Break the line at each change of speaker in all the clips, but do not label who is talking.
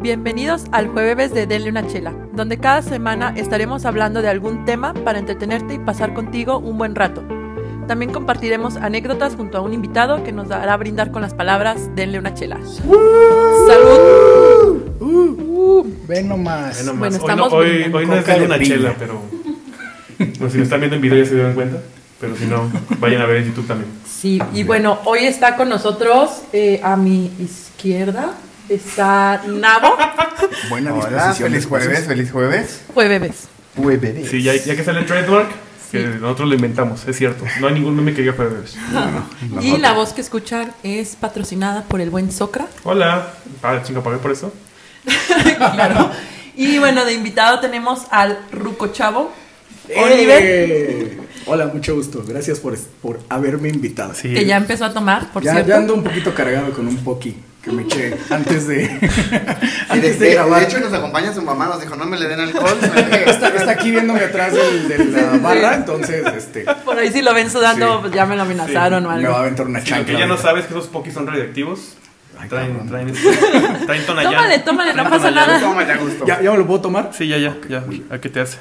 Bienvenidos al jueves de Denle una chela, donde cada semana estaremos hablando de algún tema para entretenerte y pasar contigo un buen rato. También compartiremos anécdotas junto a un invitado que nos hará brindar con las palabras Denle una chela. ¡Salud!
Ven nomás.
Ay,
Bueno,
no más. hoy no,
estamos
hoy,
brindando
hoy no
con
es de una
calepilla.
chela, pero. Bueno, si lo están viendo en video ya se dieron cuenta. Pero si no, vayan a ver en YouTube también.
Sí, y bueno, hoy está con nosotros eh, a mi izquierda está Nabo
Buena
Hola,
disposición.
feliz jueves, feliz jueves.
Jueves.
Jueves.
Sí, ya, ya que sale el trademark, que nosotros lo inventamos, es cierto. No hay ningún meme que diga jueves.
Y la voz que escuchan es patrocinada por el buen Socra.
Hola. Ah, chinga, pagué por eso.
Claro. Y bueno, de invitado tenemos al Ruco Chavo, Oliver,
¡Eh! Hola, mucho gusto. Gracias por, por haberme invitado.
Sí.
que ya empezó a tomar, por
ya,
cierto.
ya ando un poquito cargado con un poqui que me eché antes de,
Y de,
antes
de-
de
de
grabar.
hecho nos acompaña su mamá, nos dijo, no me le den alcohol.
está, está aquí viéndome atrás del- de la barra, entonces este,
Por ahí si lo ven sudando,
Sí.
pues ya me lo amenazaron o
me
algo.
va a aventar una
Sino
chancla.
que ya no
ahorita.
sabes que esos pokis son radioactivos.
Ay,
Traen,
cabrón.
traen, este- traen tonallán.
Tómale, tómale, no
Traen
pasa
tonallán.
nada.
Toma, ya gusto.
¿Ya, ya me lo puedo tomar?
Sí, ya, ya, ya. ¿A qué te hace?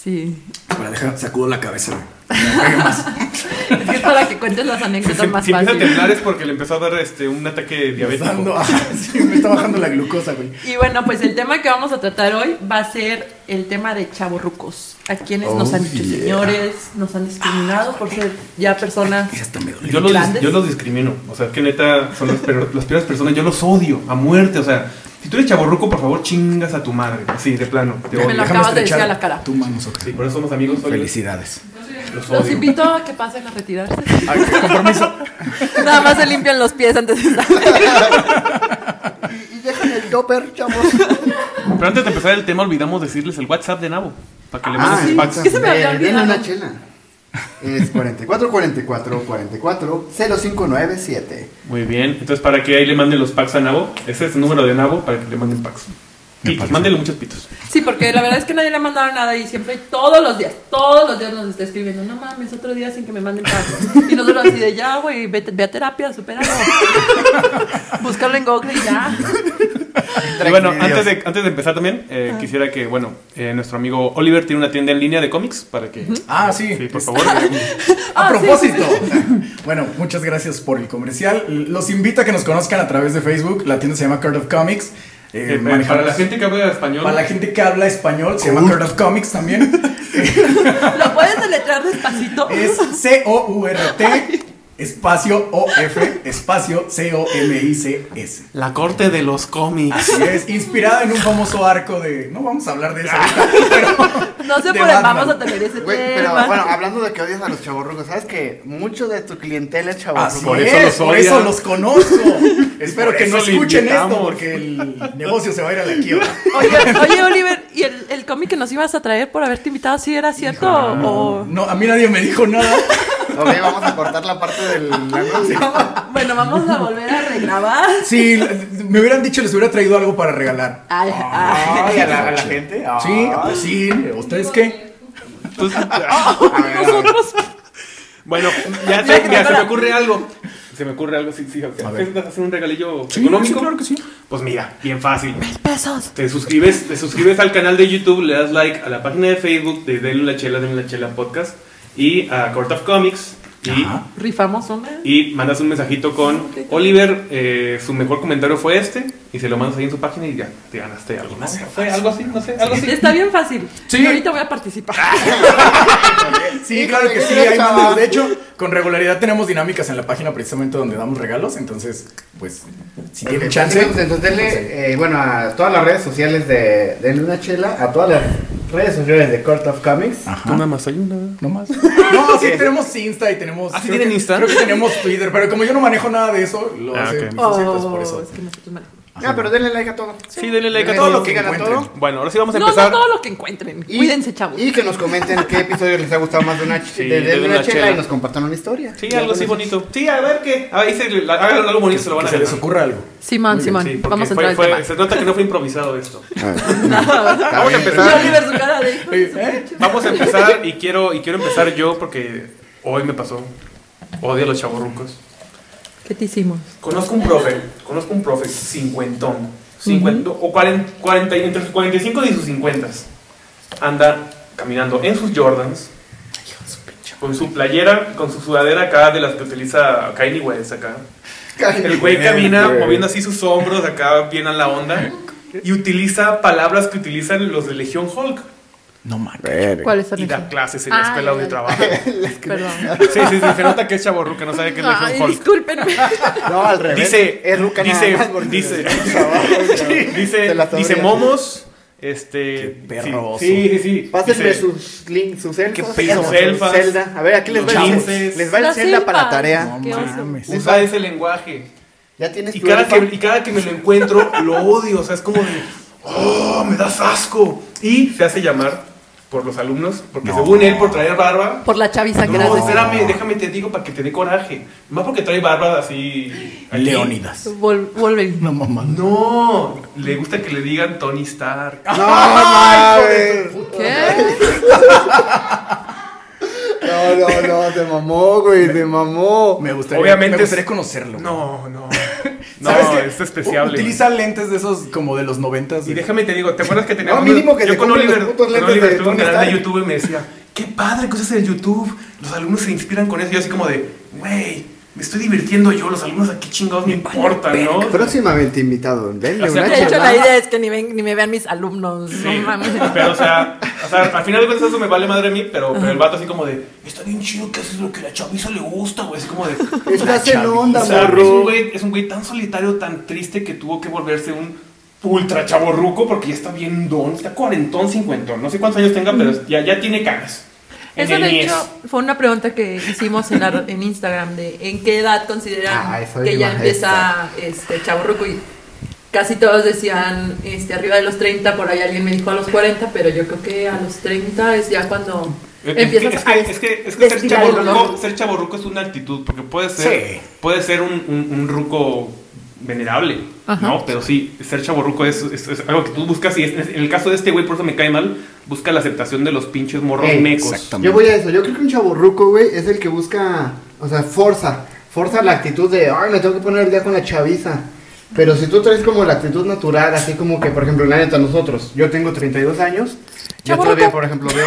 Sí.
Para dejar, sacudo la cabeza.
Es que es para que cuentes las anécdotas
Si,
más
si empieza a
fáciles.
temblar es porque le empezó a dar este, un ataque
Me está dando-
diabético.
sí, me está bajando la glucosa, güey.
Y bueno, pues el tema que vamos a tratar hoy va a ser el tema de chavorrucos. A quienes nos
Oh,
han dicho
yeah.
señores, nos han discriminado por ser ya personas.
Ya hasta me dolió.
Yo los,
grandes.
yo los discrimino, o sea, que neta son las, peor- las peores personas, yo los odio a muerte, o sea, si tú eres chaborruco, por favor, chingas a tu madre, así, de plano, te
Me
odio.
lo
Déjame
acabas de decir
estrechar
a la cara.
Tu mano, Soca.
Sí, por eso somos amigos, oye,
Felicidades.
los
Los
odio.
invito a que pasen a retirarse.
Ay, con permiso.
Nada más se limpian los pies antes de estar.
Y dejan el topper, chavos.
Pero antes de empezar el tema, olvidamos decirles el WhatsApp de Nabo, para que
Ah,
le
Ah,
mandes un fax.
¿Qué se me había
Eh, denle
olvidado?
una chela. Es 44 44 44 0597.
Muy bien, entonces para que ahí le manden los packs a Nabo, ese es el número de Nabo para que le manden packs.
Me
Y
parece.
mándenle muchos pitos.
Sí, porque la verdad es que nadie le ha mandado nada y siempre, todos los días, todos los días nos está escribiendo, no mames, otro día sin que me manden pago. Y nosotros así de, ya, güey, vete- ve, a terapia, supéralo. Búscalo en Google y ya.
Y bueno, antes de, antes de empezar también, eh,
Ah.
quisiera que, bueno, eh, nuestro amigo Oliver tiene una tienda en línea de cómics para que... eh,
Ah, sí.
Sí, por favor.
A
Ah, sí,
propósito. Bueno, muchas gracias por el comercial. Los invito a que nos conozcan a través de Facebook. La tienda se llama Card of Comics. Eh,
Eh,
manejamos-
para la gente que habla español...
para la gente que habla español, se llama
Cool.
Card of Comics también.
¿Lo puedes deletrear despacito?
Es C-O-U-R-T, espacio O-F, espacio C-O-M-I-C-S.
La corte de los cómics.
Así es, inspirada en un famoso arco de. No vamos a hablar de eso. ahorita, pero-
No sé
de
por qué
Batman.
vamos a tener ese
Güey, pero
tema.
bueno, hablando de que odias a los chavorrucos, ¿sabes que mucho de tu clientela es
Así
chavorruco? eh?
Por
es,
eso los
Ah, por
odian.
eso los conozco. Espero
Por
que
eso
no
lo
escuchen
invitamos.
esto porque el negocio se va a ir a la quiebra.
Oye, oye, Oliver, ¿y el, el cómic que nos ibas a traer por haberte invitado, si era cierto o...?
No, a mí nadie me dijo nada.
Ok, vamos a cortar la parte del anuncio.
Bueno, vamos a volver a regrabar.
Sí, me hubieran dicho, les hubiera traído algo para regalar.
Ay, ay.
Ay, Ah, a la, a la gente.
Sí,
Ay.
pues sí. ¿Ustedes qué?
Nosotros...
bueno, ya se, mira, se me ocurre algo. Se me ocurre algo, sí, sí. ok.
A ver.
¿Quieres hacer un regalillo
Sí,
económico?
sí, claro que sí.
Pues mira, bien fácil.
Pesos.
Te suscribes, te suscribes al canal de YouTube, le das like a la página de Facebook de Denle la Chela, Denle la Chela Podcast y a Court of Comics. Y,
Ajá.
Rifamos una.
y mandas un mensajito con
Ok.
Oliver, eh, su mejor comentario fue este, y se lo mandas ahí en su página y ya te ganaste algo. ¿no? Fue algo así, no sé, algo así.
Está bien fácil.
Sí.
Yo ahorita voy a
Ah,
participar.
Sí, claro que sí. hay más. de hecho, con regularidad tenemos dinámicas en la página precisamente donde damos regalos. Entonces, pues, si tienen chance. pues,
Entonces, entonces denle, eh, bueno, a todas las redes sociales de, de Luna Chela, a todas las redes sociales de Court of Comics.
Ajá.
más hay una.
No más. No, sí, tenemos Insta y tenemos.
¿Ah, sí
creo
tienen
que-
Insta?
Creo que tenemos Twitter, pero como yo no manejo nada de eso, lo
Ah,
hacen
ok.
mis societas, por
Oh,
eso.
es que nosotros manejamos.
Ah, pero denle like a todo.
Sí, denle like a
Denle
todo lo
like,
que
sigan a
encuentren.
todo.
Bueno, ahora sí vamos a
No, no
empezar.
todo lo que encuentren.
Y-
Cuídense, chavos.
Y que nos comenten qué episodios les ha gustado más de una, ch-
Sí,
de, de
de
Luna
Luna
chela,
Chela.
y nos compartan una historia.
Sí, algo así bonito. Sí, a ver qué. A ver, dice, háganlo algo bonito, se lo van
Que
a
se
ganar.
les ocurra algo.
Simón,
Muy bien,
Simón,
sí, porque
vamos a
fue-
entrar
fue-
al
Se nota que no fue improvisado esto.
Ah.
tema.
Vamos a
Y
empezar.
Oliver, su cara de hijo de su
¿Eh?
pinche-
Vamos a empezar y quiero, y quiero empezar yo porque hoy me pasó. Odio a los chavorrucos.
¿Qué te hicimos?
Conozco un profe, conozco un profe cincuentón, 50, o 40, 40 y entre sus 45 y sus 50. Anda caminando en sus Jordans, con su playera, con su sudadera acá de las que utiliza Kylie West acá. El güey camina moviendo así sus hombros acá, bien a la onda, y utiliza palabras que utilizan los de Legión Hulk.
No mames.
¿Cuál es
Y da
la
clases en la escuela
Ay,
de
ya.
trabajo.
Perdón.
Sí, sí, sí, se nota que es chaborru, que no sabe qué es
Ay,
Legión Hulk.
discúlpenme.
No, al revés.
Dice,
es ruca nada
dice,
más porque-
dice,
Se
dice,
las
dice
abría.
momos, este,
Qué perro
sí, sí, sí, sí.
Pásenme
Dice,
sus links, sus elfos.
Qué pedo,
sus
elfas.
Zelda. A ver, aquí les
Los
va el
chavos.
Les va el
Las
Zelda para la
elfas.
tarea.
Qué oso.
usa ese lenguaje.
Ya tienes
Y
tu
cada,
elfa.
que, y cada que me lo encuentro, lo odio. O sea, es como de, oh, me das asco. Y se hace llamar por los alumnos, porque
No.
según él, por traer barba.
Por la chaviza que
No,
era de-
espérame, déjame te digo para que te dé coraje. Más porque trae barba así. aquí.
Leónidas.
Vol- Wolverine.
No mamá.
No, le gusta que le digan Tony Stark.
Ah,
No, mames.
¿Qué?
No, no, no, se mamó, güey, se mamó.
Me gustaría,
Obviamente
me gustaría
es-
conocerlo.
No, no.
¿Sabes
No,
qué?
es despreciable.
Utiliza lentes de esos como de los noventas.
Y
de-
déjame te digo, ¿te acuerdas que teníamos...
No, mínimo que
yo
se
con
compren los
Oliver,
putos
con
lentes
Oliver
de
tuve un
Tony
canal de
Stark.
YouTube y me decía, qué padre que usas el YouTube, los alumnos se inspiran con eso. Y yo así como de, güey, me estoy divirtiendo yo, los alumnos aquí chingados me importan, ¿no?
Próximamente invitado, denle
O sea,
una
De hecho, la
charla.
idea es que ni, ven- ni me vean mis alumnos. No
Sí,
mames.
Pero, o sea, o sea, al final de cuentas eso me vale madre a mí, pero, pero el vato así como de, está bien chido que haces lo que a la chaviza le gusta, güey. Así como de,
Estás en onda,
O sea, es un
morro.
güey, es un güey tan solitario, tan triste que tuvo que volverse un ultra chaborruco porque ya está bien don, está cuarentón, cincuentón, no sé cuántos años tenga, pero ya, ya tiene canas. En
Eso
el
de
niés.
hecho fue una pregunta que hicimos en, la- en Instagram de en qué edad consideran
Ah, eso
que
iba
ya
a
empieza este chaburruco y casi todos decían este arriba de los 30, por ahí alguien me dijo a los 40, pero yo creo que a los 30 es ya cuando
Es que-
empiezas
es
a
que, es que, es que ser,
destilar el
chaborruco,
olor.
ser chaborruco es una actitud, porque puede ser,
Sí.
puede ser un, un, un ruco venerable,
Ajá.
¿no? Pero sí, ser chaborruco es, es, es algo que tú buscas y es- es- en el caso de este güey, por eso me cae mal, busca la aceptación de los pinches morros
Ey,
mecos.
Exactamente.
Yo voy a eso, yo creo que un chaburruco, güey, es el que busca, o sea, forza, forza la actitud de, ay, me tengo que poner el día con la chaviza. Pero si tú traes como la actitud natural, así como que, por ejemplo, la neta, nosotros, yo tengo 32 años, yo
Chavorruco.
todavía, por ejemplo, veo...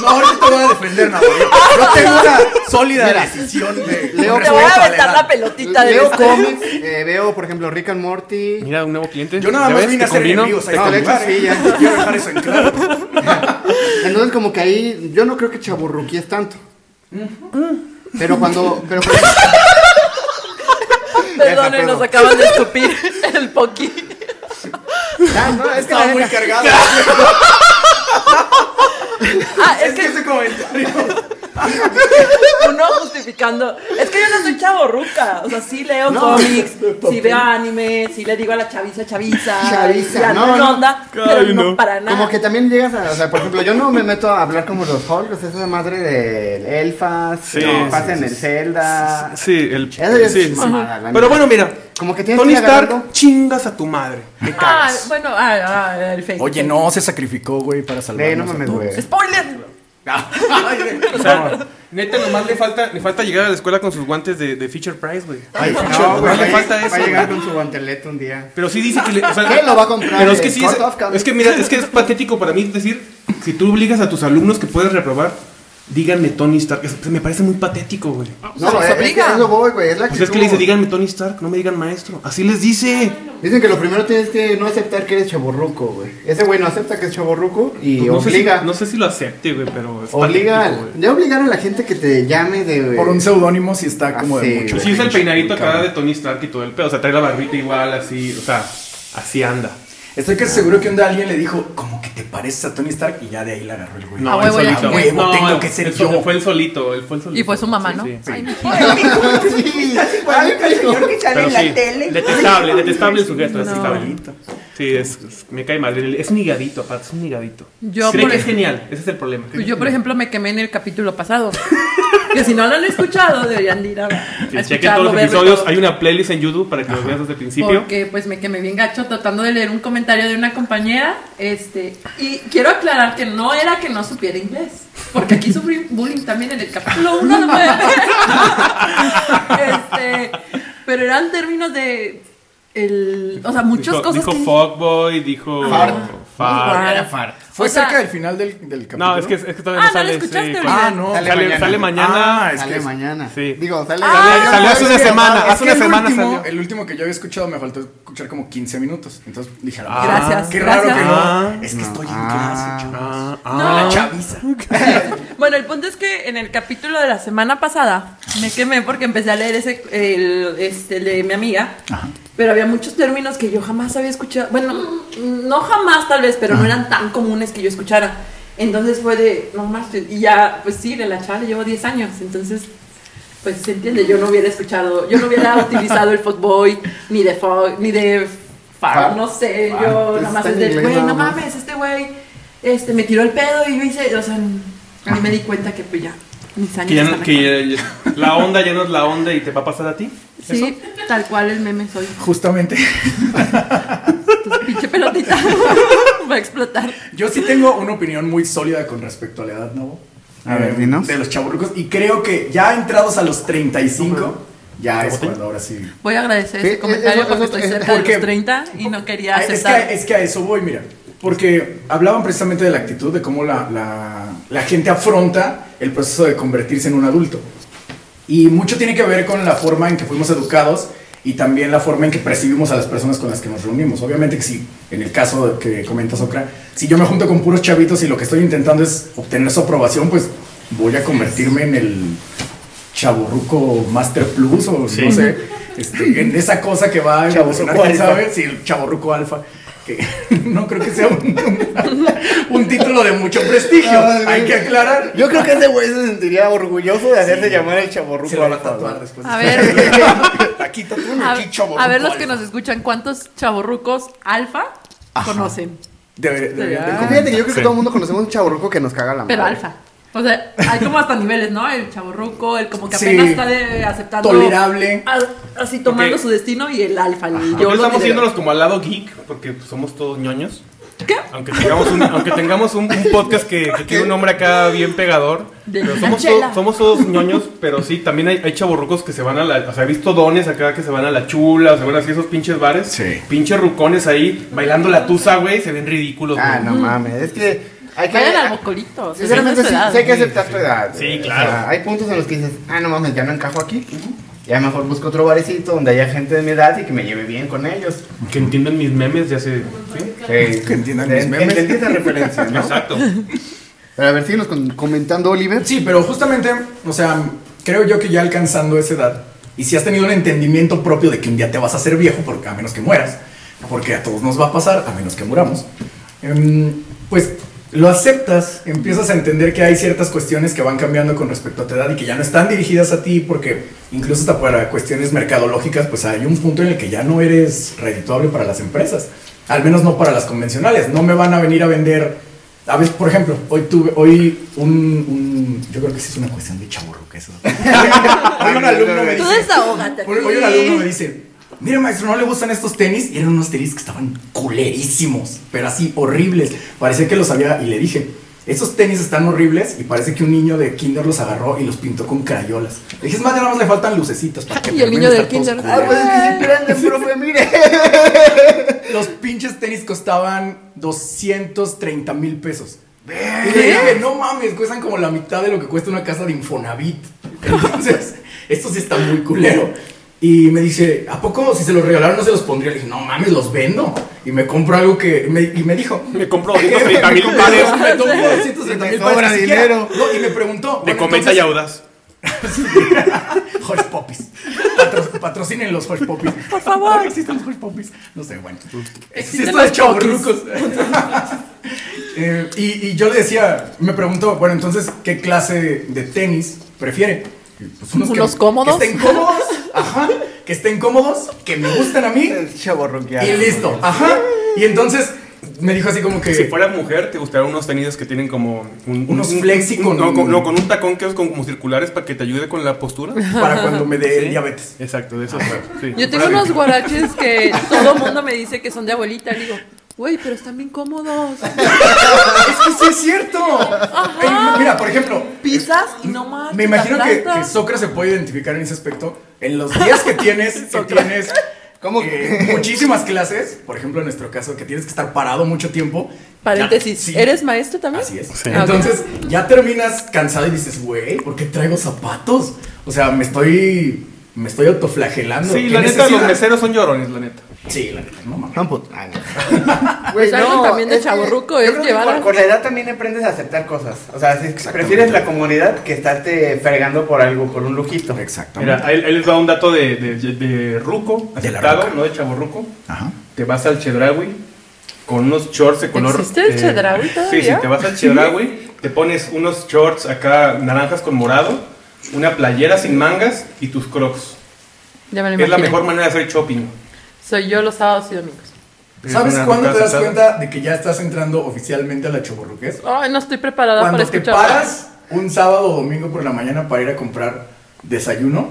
No, ahorita te voy a defender, Navarro. Yo tengo una sólida
Mira,
decisión de.
Leo-
con
Te voy a
respecto la
aventar
edad.
la pelotita del
Leo
estrés.
cómics, eh, veo, por ejemplo, Rick and Morty...
Mira, un nuevo cliente.
Yo nada
¿Ya
más
ves?
vine a
¿Te
ser
combino?
enemigos a
No,
este
de hecho,
lugar.
sí,
¿eh?
ya.
Quiero dejar eso en claro.
Entonces como que ahí yo no creo que chaburruquí es tanto. Pero cuando pero cuando-
Perdonen, nos
pedo.
acaban de estupir el poqui.
Ah, no, es que la
Estaba muy
neta-
cargado.
Ah, es
Es que
que
ese comentario.
uno justificando. Es que yo no soy chaborruca. O sea, sí leo cómics, sí veo anime, sí le digo a la chaviza, chaviza.
Chaviza,
y ando
no,
en
no.
onda, pero no, para nada.
Como que también llegas a, o sea, por ejemplo, yo no me meto a hablar como los Hulks, esa madre de elfas,
Sí,
no,
sí,
pasen el Zelda.
Sí, el...
Eso ya es
sí, sí.
mamada, la
Pero
neta.
bueno, mira,
Como que tienes
Tony
que ir
Stark,
agarrando-
chingas a tu madre. Me
Ah,
cagas.
bueno, ah, ah, el Facebook.
Oye, no, se sacrificó, güey, para salvar.
Güey, no mames, güey.
¡Spoiler!
O sea, neta, nomás le falta, le falta llegar a la escuela con sus guantes de, de Feature Price, güey.
Ay,
no, güey,
no, güey,
le
va,
falta
va
eso,
a llegar
güey.
con su guantelete un día.
Pero sí dice que le. O sea,
¿Qué lo va a comprar?
Pero es que
El
sí. Es,
Cut Off, cabrón.
es que mira, es que es patético para mí decir si tú obligas a tus alumnos que puedes reprobar, díganme Tony Stark. Es- me parece muy patético, güey.
No, eh,
los
es, es que
obliga.
eso voy, güey, es la
O sea, Pues es que
actitud.
le dice, díganme Tony Stark, no me digan maestro. Así les dice.
Dicen que lo primero tienes que no aceptar que eres chaborruco, güey. Ese güey no acepta que es chaborruco y
Pues no sé si-
obliga.
no sé si lo acepte, güey, pero. es
Obliga
patético,
al- ya obligar a la gente que te llame de
Por un seudónimo sí está
Ah,
como
sí,
de mucho.
güey. Sí, es el
pinche,
peinadito
cabrón.
acá de Tony Stark y todo el pedo. O sea, trae la barbita igual, así. O sea, así anda.
Estoy casi seguro que un día alguien le dijo, como que te pareces a Tony Stark y ya de ahí la agarró el güey.
No, Ah,
él
huevo, ya.
solito.
Ah,
huevo,
No,
tengo
él-
que ser
él solo-
yo.
Fue el solito, él fue el solito.
Y fue su mamá,
Sí,
¿no?
sí.
Ay, mi-
Sí.
Pero sí, detestable, detestable el sujeto,
No.
detestable. Sí, es, es- me cae mal. Es un higadito, aparte, es un higadito.
Yo,
Cree
por
que es
ej-
genial, ese es el problema.
Pues Yo, por ejemplo, me quemé en el capítulo pasado. Que si no lo han escuchado, deberían de ir a, a
Que chequen todos
escucharlo,
los
verlo y
episodios,
todo.
hay una playlist en YouTube para que los veas desde el principio.
Porque pues me quemé bien gacho tratando de leer un comentario de una compañera. Este, y quiero aclarar que no era que no supiera inglés. Porque aquí sufrí bullying también en el capítulo 1 de Este, pero eran términos de el, o sea, muchas
dijo,
cosas
Dijo
que-
fuckboy, dijo.
Fart.
Fart.
Fart.
Era fart. Fue
O sea-
cerca del final del, del capítulo.
No, es que, es que
Ah,
todavía no
¿no lo
sale.
escuchaste,
sí,
Uriel?
claro.
Ah, no.
sale, sale mañana.
Ah, es
sale
que es-
mañana.
sí.
Digo, sale.
Ah,
mañana.
salió hace una
Es que,
semana,
ah, es
hace
que
una
el
semana
último,
salió.
El último que yo había escuchado me faltó escuchar como 15 minutos. Entonces dije,
Ah,
Gracias,
Qué raro
gracias.
que
Ah,
no. Es que estoy en
ah.
clase, chavos.
Ah,
La
ah.
chaviza.
Bueno, el punto es que en el capítulo de la semana pasada me quemé porque empecé a leer ese, el, este, el de mi amiga, pero había muchos términos que yo jamás había escuchado. Bueno, no jamás tal vez, pero no eran tan comunes que yo escuchara. Entonces fue de, no más, y ya, pues sí, de la charla llevo 10 años, entonces, pues se entiende, yo no hubiera escuchado, yo no hubiera utilizado el fuckboy, ni de fo- ni de far,
Far.
no sé,
Far.
yo
Pues
nada más
está
es
en
de,
inglés
güey,
nada
no
más.
mames, este güey este, me tiró el pedo y yo hice, o sea, a mí me di cuenta que pues ya, mis años
Que ya no-
están
que
acá.
ya- ya- la onda ya no es la onda y te va a pasar a ti.
Sí, tal cual el meme soy.
Justamente.
Entonces, pinche pelotita va a explotar.
Yo sí tengo una opinión muy sólida con respecto a la edad, ¿no?
A ver, dinos.
De los chaburrucos. Y creo que ya entrados a los 35, ya es cuando ahora sí.
Voy a agradecer
Sí,
ese comentario
eso-
porque
eso-
estoy
eso-
cerca
porque-
de los 30 y no quería
Ah, Es que,
aceptar.
es que a eso voy, mira. Porque hablaban precisamente de la actitud, de cómo la, la- la gente afronta el proceso de convertirse en un adulto. Y mucho tiene que ver con la forma en que fuimos educados y también la forma en que percibimos a las personas con las que nos reunimos. Obviamente que si, en el caso que comenta Socra, si yo me junto con puros chavitos y lo que estoy intentando es obtener su aprobación, pues voy a convertirme en el chaburruco Master Plus o no sé, este, en esa cosa que va a
Chavorruco
evolucionar, ¿quién
alfa.
sabe? Sí, el chaborruco alfa. Que no creo que sea un, un título de mucho prestigio.
Ay,
Hay que aclarar.
Yo creo que ese güey se sentiría orgulloso de hacerse llamar el chaborruco.
Se lo va a
alfa,
tatuar
güey.
después.
A ver,
Aquí tatúame
a,
aquí, chavorruco
a ver los que
alfa.
nos escuchan, ¿cuántos chavorrucos alfa conocen?
Debería- debería-
Ah.
Fíjate que yo creo que
Sí.
todo el mundo conocemos un chaborruco que nos caga la madre.
Pero alfa. O sea, hay como hasta niveles, ¿no? El chavorruco, el como que
Sí.
apenas está de- aceptando.
Tolerable.
a- así tomando
Ok.
su destino y el alfa. el yo
Yo
lo
estamos
lidero.
yéndonos como al lado geek, porque pues, somos todos ñoños.
¿Qué?
Aunque tengamos un, aunque tengamos un, un podcast que, que tiene un nombre acá bien pegador.
De
pero somos,
Chela.
todos- somos todos ñoños, pero sí, también hay, hay chavorrucos que se van a la. O sea, he visto dones acá que se van a la chula, se van así a esos pinches bares.
Sí.
Pinches rucones ahí, bailando la tusa, güey, se ven ridículos.
Ah,
güey.
no mames. Es que hay que. ah,
Vayan al bocolito.
Sinceramente, sí, sí hay que aceptar tu edad.
Sí,
güey. O
claro.
sea, hay puntos en los que dices, ah, no mames, ya no encajo aquí. Ya mejor busco otro barecito donde haya gente de mi edad y que me lleve bien con ellos.
Que entienden mis memes de hace. ¿sí?
Que
entiendan mis memes.
Entendí esa referencia, ¿no?
Exacto.
Pero a ver, síguenos con- comentando,
ah.
Oliver.
Sí, pero justamente, o sea, creo yo que ya alcanzando esa edad, y si has tenido un entendimiento propio de que un día te vas a hacer viejo, porque a menos que mueras, porque a todos nos va a pasar, a menos que muramos, em, pues lo aceptas, empiezas a entender que hay ciertas cuestiones que van cambiando con respecto a tu edad y que ya no están dirigidas a ti, porque incluso hasta para cuestiones mercadológicas, pues hay un punto en el que ya no eres redituable para las empresas, al menos no para las convencionales, no me van a venir a vender a veces, por ejemplo, hoy tuve, hoy un, un- yo creo que sí es una cuestión de chaburro que eso. hoy un alumno me
Tú
dice,
desahógate.
hoy, hoy un alumno me dice, mira maestro, no le gustan estos tenis, y eran unos tenis que estaban culerísimos, pero así horribles, parecía que los había, y le dije, esos tenis están horribles, y parece que un niño de kinder los agarró y los pintó con crayolas. Le dije, es más, ya nada más le faltan lucecitas para que
Y el
terminen
niño
de
del
estar todos
kinder,
culeros".
Ah, pues es que sí, grande, profe, mire.
Los pinches tenis costaban 230 mil pesos. Y le dije, no mames, cuestan como la mitad de lo que cuesta una casa de Infonavit. Entonces, esto sí está muy culero. Y me dice, ¿a poco si se los regalaron no se los pondría? Le dije, no mames, los vendo. Y me compro algo que. me- y me dijo,
Me compro 230 mil pares
me tomo 230
Y me
mil
sobra
pesos. ni siquiera.
dinero.
No, y me preguntó.
de
bueno,
cometa
entonces-
y audaz.
Hush Poppies. Patro- patrocinen los Hush Poppies. Por favor. existen los Hush Poppies. No sé, bueno.
Existen
Existen
los
los chavorrucos. Eh, y, y yo le decía, me preguntó, bueno, entonces, ¿qué clase de tenis prefiere? Y, pues,
¿Unos cómodos?
Que estén cómodos. Ajá. Que estén cómodos, que me gustan a mí.
Chaborruqueado.
Y listo. Ajá. Y entonces me dijo así como que.
Si fueras mujer, te gustarían unos tenis que tienen como un-
Unos
un-
flexi
un-
con-
no, con, no, con un tacón que es con- como circulares para que te ayude con la postura.
Para cuando me dé diabetes.
Exacto, de esos. sí.
Yo tengo unos guaraches que todo mundo me dice que son de abuelita. Y digo, güey, pero están bien cómodos.
Es que sí es cierto. Eh, mira, por ejemplo,
Pisas y no más.
Me imagino que, que Sócrates se puede identificar en ese aspecto. En los días que tienes, que tienes
¿Cómo?
eh, muchísimas clases, por ejemplo, en nuestro caso, que tienes que estar parado mucho tiempo.
Paréntesis,
Sí.
¿eres maestro también?
Así es.
Ah, ok.
Entonces, ya terminas cansado y dices, güey, ¿por qué traigo zapatos? O sea, me estoy. Me estoy autoflagelando.
Sí,
¿Qué
la neta, los
necesidad?
meseros son llorones, la neta.
Sí, la neta, no mames.
No, puto. Ay, no.
Pues algo también de
es que
chavorruco
yo
es
creo que
llevar
por-
a-
Con la edad también aprendes a aceptar cosas. O sea, si prefieres la comodidad que estarte fregando por algo, por un lujito.
Exactamente.
Mira, ahí, ahí les va un dato de, de, de ruco,
De la
aceptado,
ruca.
no de chavo ruco.
Ajá.
Te vas al Chedraui con unos shorts de color. eh,
¿Existe el Chedraui
Sí, sí,
todavía?
te vas al Chedraui, te pones unos shorts acá naranjas con morado, una playera sin mangas y tus crocs.
Ya me lo
Es la
imaginé.
mejor manera de hacer shopping.
Soy yo los sábados y domingos.
Es
¿Sabes
una
cuándo
ruca
te das
aceptada.
cuenta de que ya estás entrando oficialmente a la choborruquez?
Ay, no estoy preparada para
Cuando te
escuchar.
paras un sábado o domingo por la mañana para ir a comprar desayuno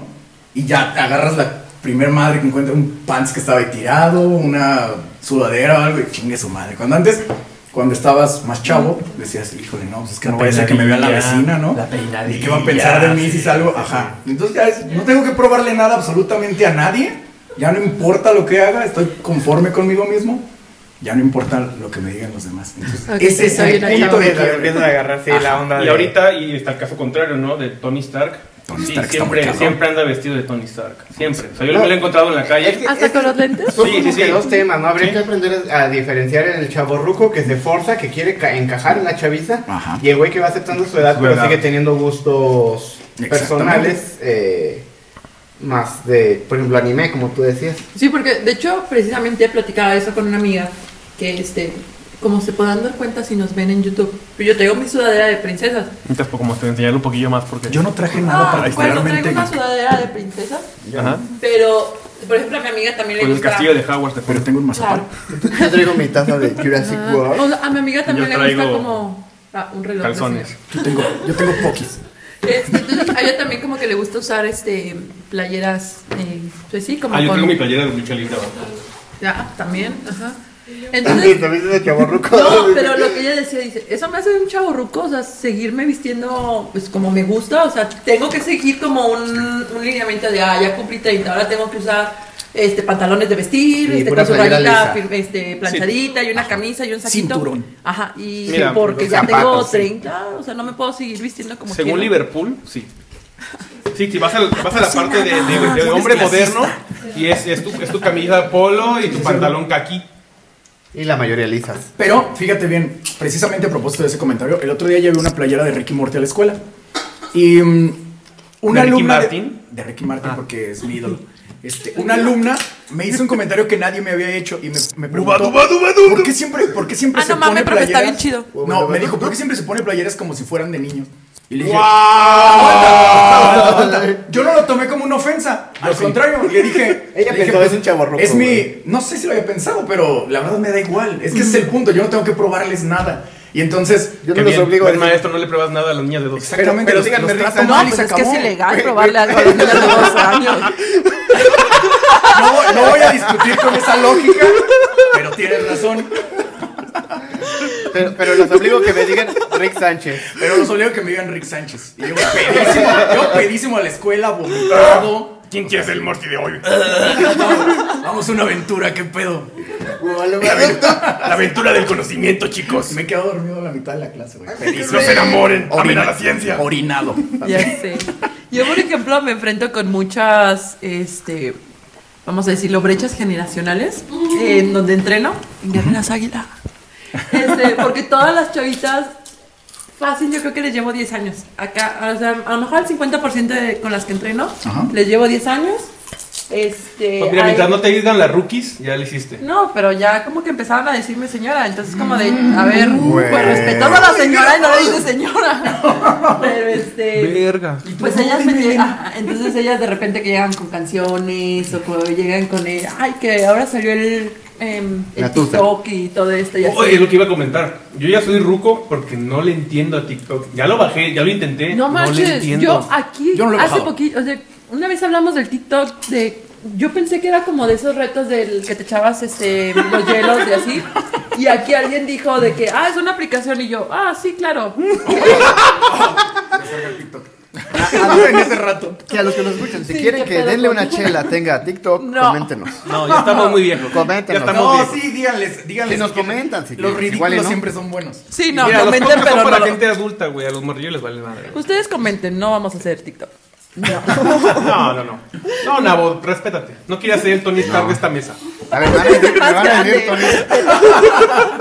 y ya te agarras la primer madre que encuentra un pants que estaba ahí tirado, una sudadera o algo y chingue su madre. Cuando antes, cuando estabas más chavo, decías, híjole, no, pues es que no vaya a ser que me vea la vecina, ¿no?
La
¿Y qué va a pensar de mí si salgo? Ajá. Entonces ya es, no tengo que probarle nada absolutamente a nadie. Ya no importa lo que haga, estoy conforme conmigo mismo. Ya no importa lo que me digan los demás. Entonces,
Ok,
ese es
soy
el
una
punto
chava.
de
Empiezas
quiebre.
empiezas a agarrar sí, la onda
Y
de-
ahorita, y está el caso contrario, ¿no? De Tony Stark.
Tony
sí,
Stark está muy
siempre,
cabrón.
siempre anda vestido de Tony Stark. Siempre. O sea, yo
No.
me lo he encontrado en la
Es
calle.
que-
¿Hasta
es
con
que
los lentes?
Son
Sí,
como
sí,
que
sí.
dos temas, ¿no? Habría
Sí.
que aprender a diferenciar el chaborruco que se forza, que quiere ca- encajar en la chaviza,
Ajá.
y el güey que va aceptando su edad,
Su
pero
edad.
sigue teniendo gustos
Exactamente.
personales eh, más de, por ejemplo, anime, como tú decías.
Sí, porque de hecho precisamente platicaba eso con una amiga que este, como se podrán dar cuenta si nos ven en YouTube, pero yo tengo mi sudadera de princesas.
Necesitas como te enseñarlo un poquillo más porque.
Yo no traje nada
Ah,
para
bueno,
literalmente.
traigo una sudadera de princesas,
Ajá.
pero por ejemplo a mi amiga también
Con
le
el
gusta
castillo de Howard de
Pero
fondo.
tengo un mazapán.
Claro.
Yo traigo mi taza de Jurassic
Ah, o sea, a mi amiga también le
Yo
gusta
traigo
como ah, un reloj de
Calzones.
seda.
Yo tengo, yo tengo poquis.
Este, entonces, a ella también como que le gusta usar este playeras eh, pues sí, como
Ah, yo
con
tengo mi playera de lucha libre abajo.
ya, también, ajá.
También
Entonces,
también es de chaborruco.
No, pero lo que ella decía, dice, eso me hace un chaburruco, o sea, seguirme vistiendo pues como me gusta, o sea, tengo que seguir como un, un lineamiento de, ah, ya cumplí 30, ahora tengo que usar este pantalones de vestir,
Y
este,
pura
con su
playera
rayita
lisa.
fir- este, planchadita y una camisa y un saquito.
Cinturón.
Ajá, y
Mira,
porque
los
ya
zapatos,
tengo
sí.
30, o sea, no me puedo seguir vistiendo como
Según
quiero.
Liverpool, sí. Sí, sí, vas a, vas a la parte de, de- de hombre moderno y es, es, tu, es tu camisa polo y tu pantalón caqui.
Y la mayoría lisas.
Pero fíjate bien, precisamente a propósito de ese comentario, el otro día llevé una playera de Ricky Morty a la escuela. Y mm, una
¿De Ricky
alumna.
Martin?
De, de Ricky Martin,
Ah.
porque es mi ídolo. Este, una alumna me hizo un comentario que nadie me había hecho y me, me preguntó: ¿Por qué siempre, por qué siempre
Ah,
se
no mames,
pone
pero
playeras?
está bien chido.
No, me dijo: ¿Por qué siempre se pone playeras como si fueran de niños? Y le dije:
¡Guau!
Yo no lo tomé como una ofensa.
Ah,
Al contrario, le dije.
Ella
le dije, "Pues,
pensó, es un chavorruco,
Es mi.
güey. Mm.
No sé si lo había pensado, pero la verdad me da igual. Es que ese es el punto. Yo no tengo que probarles nada. Y entonces.
Yo
Qué
no los
bien,
obligo a
buen
decir-
maestro, no le pruebas nada a las niñas de dos.
Exactamente.
pero
los-
díganme,
los
Rick,
trato
no,
No,
mal y
pues
se
es que es
acabó.
ilegal probarle algo a los niños de dos años.
No, no voy a discutir con esa lógica. Pero tienes razón.
Pero, pero los obligo que me digan Rick Sánchez.
Pero los obligo que me digan Rick Sánchez. Y yo pedísimo, yo pedísimo a la escuela, vomitado.
¿Quién quiere ser el Morty de hoy?
Vamos a una aventura, qué pedo.
La aventura del conocimiento, chicos.
Me he quedado dormido a la mitad de la clase, güey. Feliz.
No se enamoren, amen
Orina-
a la ciencia.
Orinado.
Ya sé. Yo, por ejemplo, me enfrento con muchas, este, vamos a decirlo, brechas generacionales eh, en donde entreno, en Guerreras Águila. Este, porque todas las chavitas, fácil, yo creo que les llevo 10 años. Acá, o sea, a lo mejor el 50% de- con las que entreno,
Ajá.
les llevo 10 años. Este,
Pues mira,
hay-
mientras no te digan las rookies, ya le hiciste.
no, pero ya como que empezaban a decirme señora, entonces como de, a ver,
Güey.
pues respetamos a la señora y no le dices señora. Pero este...
Verga.
Pues ellas me llegan, ajá, entonces ellas de repente que llegan con canciones o cuando llegan con el, ay, que ahora salió el, em, el
La tusa.
TikTok y todo esto y así.
Oye, oh, es lo que iba a comentar. Yo ya soy ruco porque no le entiendo a TikTok. Ya lo bajé, ya lo
Eh,
intenté.
no
le
manches,
entiendo.
yo aquí
Yo no lo he
hace
bajado.
poquito, o sea, una vez hablamos del TikTok de, yo pensé que era como de esos retos del que te echabas este, los hielos y así. Y aquí alguien dijo de que, ah, es una aplicación y yo, ah, sí, claro.
en ese rato.
Que a los que nos escuchan, si
Sí,
quieren
qué
que
pedo
denle
con-
una chela, tenga TikTok,
No.
coméntenos.
No, ya estamos muy viejos.
Coméntenos.
Ya estamos
No,
viejos.
sí, díganles, díganles.
Si nos comentan, si
Los
quieren, igual y
ridículos
no.
siempre son buenos.
Sí, no,
Mira, los
comenten,
podcasts
pero
son para
no.
la gente adulta, güey. A los morrillos les vale madre.
Ustedes comenten, no vamos a hacer TikTok.
No, no, no. No, Nabo, respétate. No quieras ser el Tony Stark de esta mesa.
A ver, me van a decir, me
Más
van a decir, Tony.
grande.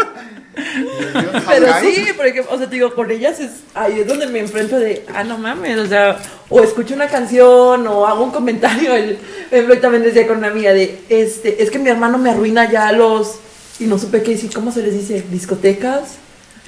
Dios,
Pero
¿sabes?
sí, porque, o sea, te digo, con ellas es ahí es donde me enfrento de, ah, no mames, o sea, o escucho una canción o hago un comentario. El, el Floyd también decía con una amiga de, este, es que mi hermano me arruina ya los, y no supe qué decir, ¿cómo se les dice? ¿Discotecas?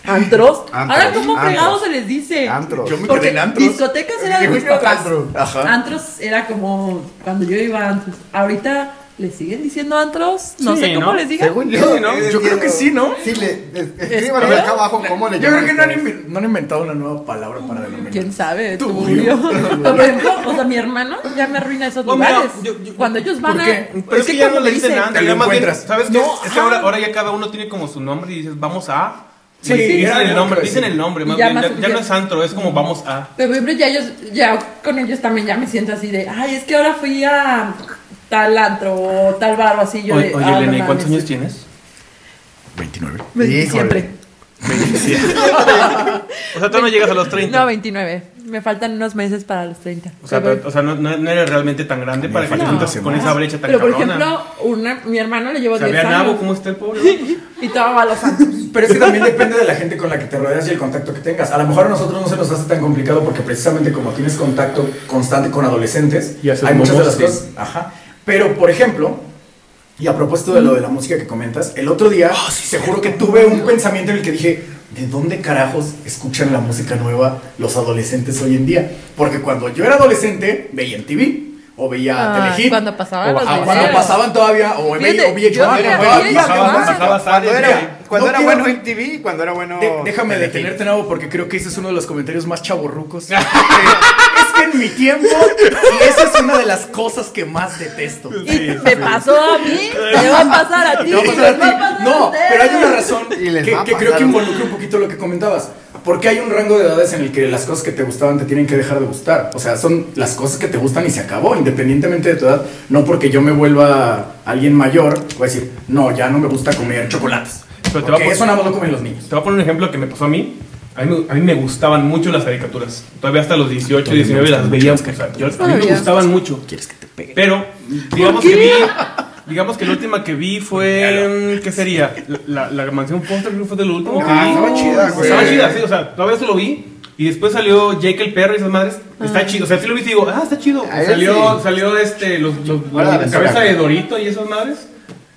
¿Antros? Ahora,
Antros,
¿cómo
antros.
fregados se les dice?
Antros.
Yo me quedé
Porque
en antros.
discotecas era de
Yo me
mis
quedé en
papás. Ah,
antro. Ajá.
Antros era como cuando yo iba a antros. Ahorita le siguen diciendo antros, no
Sí,
sé cómo
¿no?
les digan.
Según yo,
Sí, ¿no?
eh,
Yo creo que sí, ¿no?
Sí, le, eh, escríbanlo acá abajo cómo le
Yo creo
llaman
que no han,
ustedes.
inven- no han inventado una nueva palabra para denominar.
¿Quién sabe?
Tú,
Turbio. Pero, por ejemplo, o sea, mi hermano ya me arruina esos
No, mira,
lugares.
yo- yo-
Cuando ellos van
¿por
a.
qué? Pero
Pero es que ya no
¿cómo
le dicen nada.
Te lo
ya más bien,
encuentras.
¿Sabes qué?
No,
es que ahora,
ajá.
ahora ya cada uno tiene como su nombre y dices, vamos a.
Sí,
Y
sí,
dicen
sí.
el nombre, dicen el nombre, más
Ya
bien,
más
ya, ya no es antro, es como vamos a.
Pero, por ejemplo, ya ellos, ya con ellos también ya me siento así de, ay, es que ahora fui a tal antro o tal bar o así. Yo
Oye,
de,
oye,
"Ah, no
Elena, ¿y cuántos
mames".
años tienes?
29.
Híjole.
Siempre.
O sea, tú no llegas a los 30.
No, 29. Me faltan unos meses para los 30.
o sea, pero- o sea, no, no- no eres realmente tan grande para que te
faltan
juntas
unas
con esa brecha tan
Pero, por
cabrona.
ejemplo, una, mi hermano le llevo
o sea,
10
ve a
años.
Nabo, ¿cómo está el pobre?
Y todo va a los antros.
Pero es que también depende de la gente con la que te rodeas y el contacto que tengas. A lo mejor a nosotros no se nos hace tan complicado porque precisamente como tienes contacto constante con adolescentes,
Y haces
hay muchas de las
momoste.
cosas. Ajá. Pero, por ejemplo, y a propósito de lo de la música que comentas, el otro día
Ah,
te juro que tuve un pensamiento en el que dije, ¿de dónde carajos escuchan la música nueva los adolescentes hoy en día? Porque cuando yo era adolescente, veía en TV. O veía
Ah,
Telehit.
cuando pasaban
o-
los
ah, cuando
videos.
pasaban todavía. O,
Fíjate,
veía- o VH1.
yo veía
todavía,
VH1.
todavía.
Pasabas, pasabas
Cuando
áreas, güey.
era, cuando
No
era
quiero-
bueno en TV, cuando era bueno.
De- déjame
en el
detenerte, Nabo, porque creo que ese es uno de los comentarios más chaborrucos. Eh, es que en mi tiempo, y esa es una de las cosas que más detesto.
Y me pasó a mí, te va a pasar a ti,
Te va a pasar
les va a
a ti.
pasar a
No,
ustedes.
pero hay una razón
Y les
que,
va a
que creo
pasar
que
un-
involucra un poquito lo que comentabas. Porque hay un rango de edades en el que las cosas que te gustaban te tienen que dejar de gustar. O sea, son las cosas que te gustan y se acabó, independientemente de tu edad. No porque yo me vuelva alguien mayor, voy a decir, no, ya no me gusta comer chocolates.
Pero te va a
porque
poner-
eso nada más lo comen los niños.
Te voy a poner un ejemplo que me pasó a mí. A mí, me- a mí me gustaban mucho las caricaturas. Todavía hasta los 18, 19 las veíamos. a mí me
Todavía.
gustaban mucho.
¿Quieres que te pegue?
Pero, digamos que vi. Digamos que la última que vi fue. ¿Qué sería? La, la, la mansión Foster creo que fue del último. que
Ah,
vi.
estaba chida, güey.
Estaba chida, sí. O sea, todavía se lo vi. Y después salió Jake el perro y esas madres. Está chido. O sea, sí lo vi y digo, ah, está chido.
A él
Salió,
sí.
salió este, los, los- la
Ahora la aventura.
cabeza de Dorito y esas madres.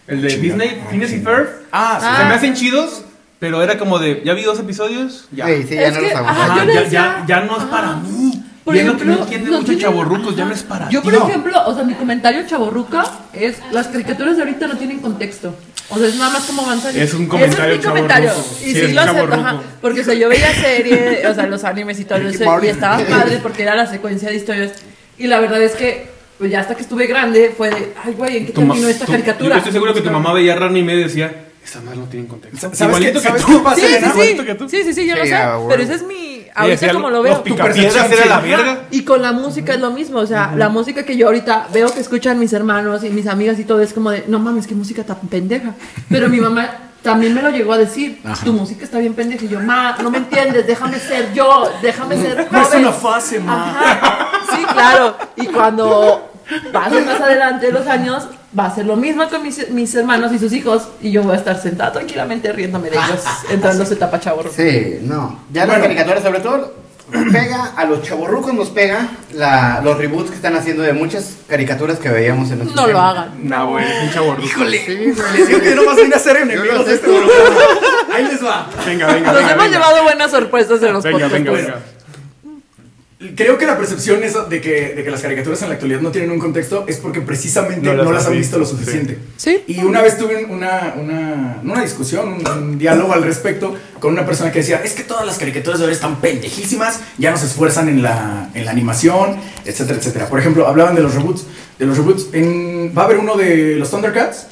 El de Disney, Phineas y Ferb.
Ah, sí.
Se me hacen chidos, pero era como de, ya vi dos episodios, ya.
Sí, sí, ya
Es
no
que-
los
ajá, yo
aguanto.
Ajá,
le
ya,
decía-
ya, ya no es para mí.
Por
Y es lo que no
ejemplo,
entienden
no
muchos
tienen-
chavorrucos, ya no es para
Yo,
ti.
por ejemplo, o sea, mi comentario chaborruca es: las caricaturas de ahorita no tienen contexto. O sea, es nada más como avanzar.
Es un comentario
Ese es mi comentario.
chavorruco.
Y
Sí,
sí,
es
lo acepto,
chavorruco.
ajá. Porque, o sea, yo veía series, o sea, los animes y todo eso. Y estaba padre porque era la secuencia de historias. Y la verdad es que, pues ya hasta que estuve grande, fue de: ay, güey, ¿en qué
Tu ma-
terminó esta
tu-
caricatura?
Yo estoy seguro que tu mamá veía Rani y me decía, esa madre no tiene contexto.
¿Sabes qué,
Igualito que
¿sabes
tú.
qué pasa,
Sí,
Elena?
sí,
Igualito que tú.
sí. Sí, sí, sí, yo lo
Sí,
sé.
ah, güey.
Pero ese es mi.
Ella decía,
Ahorita, como lo
Los
veo.
picapiedras era la verga.
Y con la música es lo mismo, o sea, la música que yo ahorita veo que escuchan mis hermanos y mis amigas y todo es como de, no mames, qué música tan pendeja. Pero mi mamá también me lo llegó a decir, tu música está bien pendeja. Y yo, ma, no me entiendes, déjame ser yo, déjame ser joven.
No es una fase, ma.
Ajá. Sí, claro. Y cuando pasen más adelante los años, va a ser lo mismo con mis, mis hermanos y sus hijos y yo voy a estar sentada tranquilamente riéndome de ellos, entrando a su etapa chavo.
Sí, no. Ya
Bueno.
las caricaturas, sobre todo, pega a los chavorrucos, nos pega la- los reboots que están haciendo de muchas caricaturas que veíamos en nuestro
No lo
tiempo.
hagan.
Nah, güey, eres un chavorruco.
Híjole,
Sí, güey.
les digo que yo nomás vine a ser enemigos de este programa. Ahí les va.
Venga, venga,
Nos
venga.
hemos
venga.
llevado pues. buenas sorpresas en los
Venga,
podcasts.
venga, venga.
Creo que la percepción es de, que, de que las caricaturas en la actualidad no tienen un contexto es porque precisamente
No
no
las
las,
has
han visto
visto,
lo
sí.
suficiente.
Sí.
Y una vez tuve una, una, no una discusión, un, un diálogo al respecto con una persona que decía, es que todas las caricaturas de ahora están pendejísimas, ya no se esfuerzan en la, en la animación, etcétera, etcétera. Por ejemplo, hablaban de los reboots. De los reboots, en- va a haber uno de los Thundercats,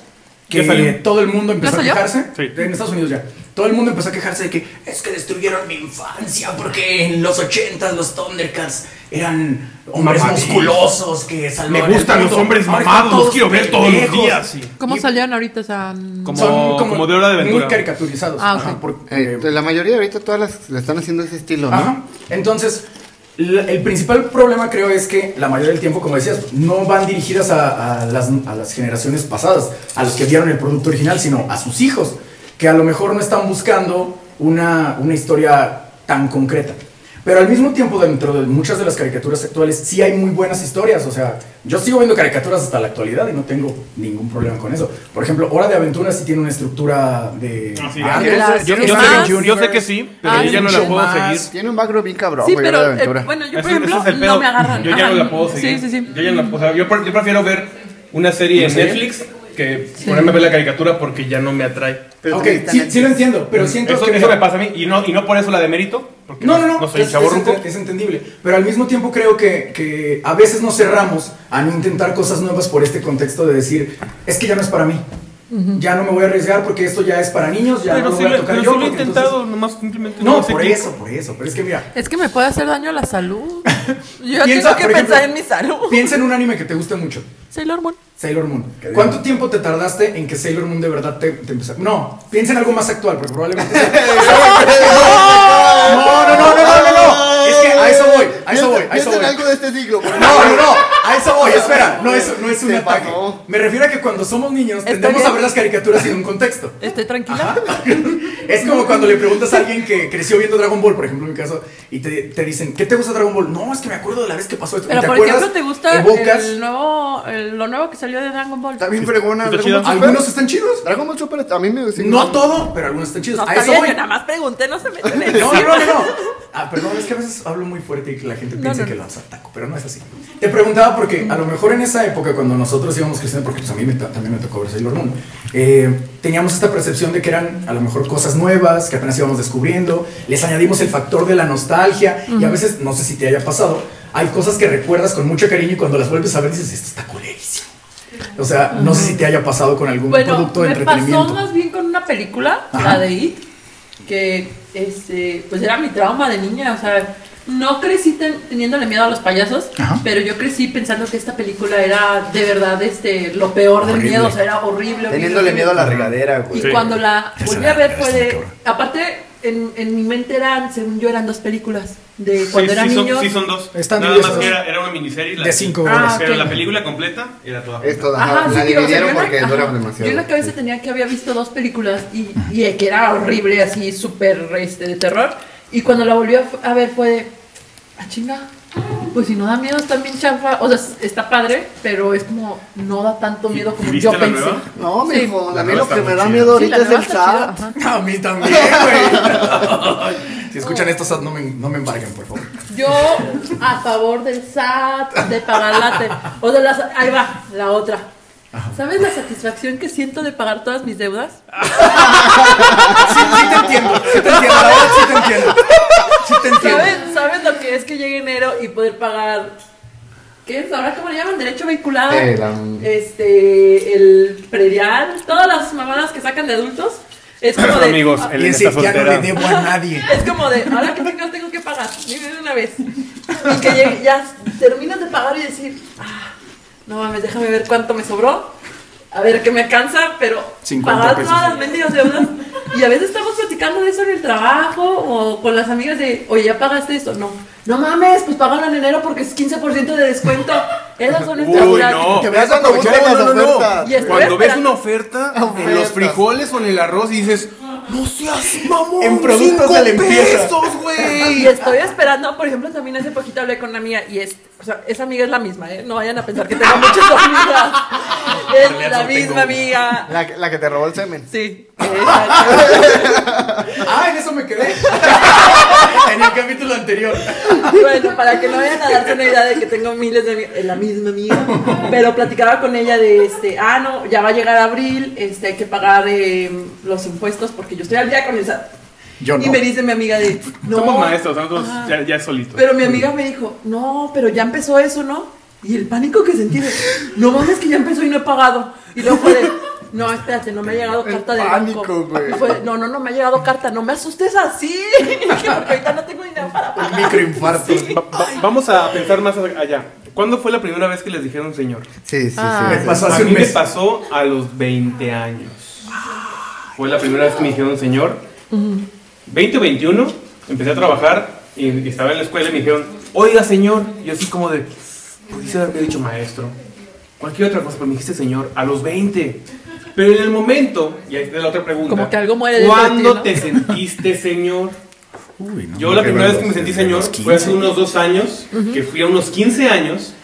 Ya
que
salió.
todo el mundo empezó a
salió?
quejarse.
Sí.
En Estados Unidos ya. todo el mundo empezó a quejarse de que es que destruyeron mi infancia porque en los 80 los Thundercats eran hombres
Mamadís.
musculosos que
Me
salvaban el
gustan los
mundo.
hombres
Ahora están
mamados, los
todos
quiero ver todos los
pendejos.
días. sí.
¿Cómo
Y-
salieron ahorita? O sea, mm,
Como, como, de hora de aventura.
Muy caricaturizados.
Ah, ok.
Ajá, porque-
Eh, la mayoría ahorita todas las le están haciendo ese estilo, ¿no?
Ajá. Entonces, la- el principal problema creo es que la mayoría del tiempo, como decías, no van dirigidas a, a las, a las generaciones pasadas, a los que vieron el producto original, sino a sus hijos, que a lo mejor no están buscando una, una historia tan concreta. Pero al mismo tiempo, dentro de muchas de las caricaturas actuales, sí hay muy buenas historias. O sea, yo sigo viendo caricaturas hasta la actualidad y no tengo ningún problema con eso. Por ejemplo, Hora de Aventura sí tiene una estructura de...
Ah, sí,
Ah,
ah,
que
¿no?
las-
yo, yo
Ah,
sé, yo sé que sí, pero
Ah,
yo ya no la
Angel
puedo
Mass.
seguir.
Tiene un background bien cabrón,
Sí,
güey,
pero
Hora de
eh,
aventura.
bueno, yo por
Ese-
ejemplo
ese es el pedo.
no me agarran.
Yo ya no
Ajá.
la puedo seguir.
Sí, sí, sí.
Yo, ya no la- o sea, yo pre- yo prefiero ver una serie en
¿Una serie?
Netflix que ponerme a ver la caricatura porque ya no me atrae.
Ok, sí, sí lo entiendo, pero siento
Eso,
que...
eso me pasa a mí y no, y no por eso la de mérito. Porque
No, no, no,
soy
es, es
chaborruco.
ente- es entendible. Pero al mismo tiempo creo que, que a veces nos cerramos a no intentar cosas nuevas por este contexto de decir, es que ya no es para mí. Ya no me voy a arriesgar porque esto ya es para niños, ya no
Pero
lo
sí
voy a
lo
tocar
pero
yo.
sí lo he
porque
intentado,
entonces-
nomás simplemente.
No,
hace
por
clic.
eso, por eso. Pero es que mira,
Es que me puede hacer daño a la salud.
Piensa,
Yo tengo que
por ejemplo-
pensar en mi salud.
piensa en un anime que te guste mucho.
Sailor Moon.
Sailor Moon. ¿Cuánto tiempo te tardaste en que Sailor Moon de verdad te, te empezó? No, piensa en algo más actual, porque probablemente. no, no, no, no, no, no, no. Es que a eso voy, a eso voy, a eso
Piensa en
voy.
algo de este siglo, por
No, no, no, a eso voy, espera, no es, no es un
Se
ataque.
pasó.
Me refiero a que cuando somos niños
Está
tendemos
bien.
a ver las caricaturas sin un contexto.
Estoy tranquila.
Es como cuando le preguntas a alguien que creció viendo Dragon Ball, por ejemplo, en mi caso, y te, te dicen, ¿qué te gusta Dragon Ball? No, es que me acuerdo de la vez que pasó esto. ¿Y
Pero
¿Te
por
acuerdas?
ejemplo, ¿te gusta
Evocas.
el nuevo, el- lo nuevo que salió de Dragon Ball?
Está bien fregona.
Está
Dragon Ball
Algunos
Super.
están chidos.
Dragon Ball Super a mí me gusta.
No todo, pero algunos están chidos.
No,
a
está
eso
bien,
voy.
yo nada más pregunté, no se meten en
No, no, no, no. Ah, perdón, es que a veces hablo muy fuerte y que la gente piensa
no,
que los ataco, pero no es así. Te preguntaba porque a lo mejor en esa época, cuando nosotros íbamos creciendo, porque pues a mí me ta- también me tocó ver Sailor Moon, eh, teníamos esta percepción de que eran a lo mejor cosas nuevas, que apenas íbamos descubriendo, les añadimos el factor de la nostalgia y a veces, no sé si te haya pasado, hay cosas que recuerdas con mucho cariño y cuando las vuelves a ver dices, esto está culerísimo. O sea, no sé si te haya pasado con algún
Bueno,
producto de
me
entretenimiento.
pasó más bien con una película,
Ajá.
la de It, que este, pues era mi trauma de niña, o sea, no crecí ten- teniéndole miedo a los payasos,
Ajá.
pero yo crecí pensando que esta película era de verdad este lo peor del
Horrible.
miedo, o sea, era horrible. horrible,
Teniéndole
horrible.
miedo a la regadera, güey.
Y cuando la
Ya
volví
se
a ver
la-
fue
ya se la
de...
quebró.
Aparte, en, en mi mente eran, según yo, eran dos películas. De
Sí,
cuando
sí
era
son-
niño...
sí son dos.
Están
Nada
divididas.
más que era, era una miniserie. la-
De cinco
Ah,
horas.
Pero
ok.
la película completa era toda.
Es toda.
Ajá,
ajá,
sí,
la
o sea, yo
dividieron
en la-
porque
ajá.
dura demasiado.
Yo en la cabeza tenía que había visto dos películas y, y, eh, que era horrible, así súper este, de terror. Y cuando la volví a, f- a ver fue de, ah, chinga, pues si no da miedo está bien chafa. O sea, s- está padre, pero es como, no da tanto miedo como
¿Y
yo
viste la
pensé.
nueva?
No,
Sí.
mijo,
La
a mí
nueva
lo
está
que
muy
me da
chida.
miedo
Sí, la
ahorita es
nueva
el
está chida,
SAT.
ajá.
A mí también, güey. Si escuchan esto, Sad, no me, no me embarguen, por favor.
Yo a favor del SAT, de pagar la te- O de las. Ahí va, la otra. ¿Sabes la satisfacción que siento de pagar todas mis deudas?
Sí, sí te entiendo, sí te entiendo, la verdad sí te entiendo. Sí te entiendo.
¿Sabes, ¿Sabes lo que es que llegue enero y poder pagar? ¿Qué es? ¿Ahora cómo le llaman? ¿Derecho vehicular?
Eh, la-
Este, el predial, todas las mamadas que sacan de adultos. Es como de.
Amigos,
ah,
el
Y ese ya no le debo a nadie.
Es como de, ahora que tengo, tengo que pagar, dime de una vez. Y que llegue- ya terminas de pagar y decir, ah, no mames, déjame ver cuánto me sobró, a ver qué me alcanza, pero
50
pagar
pesos.
todas las mendigas deudas. Y a veces estamos platicando de eso en el trabajo o con las amigas de, oye, ya pagaste esto. No, no mames, pues págalo en enero porque es 15% de descuento. Esas son nuestras
Uy,
gratis.
no.
Te
Ya
vas a
cuando
aprovechar
buscan las
no, no, no.
ofertas. Ah,
Y estoy
Cuando ves
esperando-
una oferta en los
Ofertas.
frijoles o en el arroz y dices, no seas mamón,
En productos
cinco
de limpieza".
pesos,
Y
güey.
estoy esperando, por ejemplo, también hace poquito hablé con una amiga y es, o sea, esa amiga es la misma, ¿eh? No vayan a pensar que tengo muchas amigas. Es la misma amiga.
La, la que te robó el semen.
Sí. Esa-
Ah, en eso me quedé. En el capítulo anterior.
Bueno, para que no vayan a darse una idea de que tengo miles de amigas, es la misma amiga. Pero platicaba con ella de este, ah, no, ya va a llegar abril, este, hay que pagar eh, los impuestos porque yo estoy al día con el SAT.
Yo
Y
no.
me dice mi amiga de, no.
Somos maestros, nosotros ya, ya es solito.
Pero mi amiga me dijo, no, pero ya empezó eso, ¿no? Y el pánico que sentí de, no mames que ya empezó y no he pagado. Y luego fue de, No, espérate, no me ha llegado
El
carta de
pánico,
banco.
güey.
Fue- no, no, no me ha llegado carta. No me asustes así. Porque ahorita no tengo dinero para
Un
pagar.
microinfarto. Sí,
Va- va- vamos a pensar más allá. ¿Cuándo fue la primera vez que les dijeron señor?
sí, sí.
Ah.
sí.
Pasó
A
hace
mí
un
me
mes.
pasó a los 20 años. Fue la primera vez que me dijeron señor. 20 o 21, empecé a trabajar y y estaba en la escuela y me dijeron, oiga señor. Y así como de, pudiste haberme dicho maestro. Cualquier otra cosa, pero me dijiste señor a los 20. Pero en el momento, y ahí está la otra pregunta.
Como que algo muere dentro de ti,
¿Cuándo
¿no?
te sentiste señor?
Uy, no,
Yo la
creo
primera
en
vez que me
los-
sentí
en
señor
los
fue hace
15.
unos dos años, que fui a unos 15 años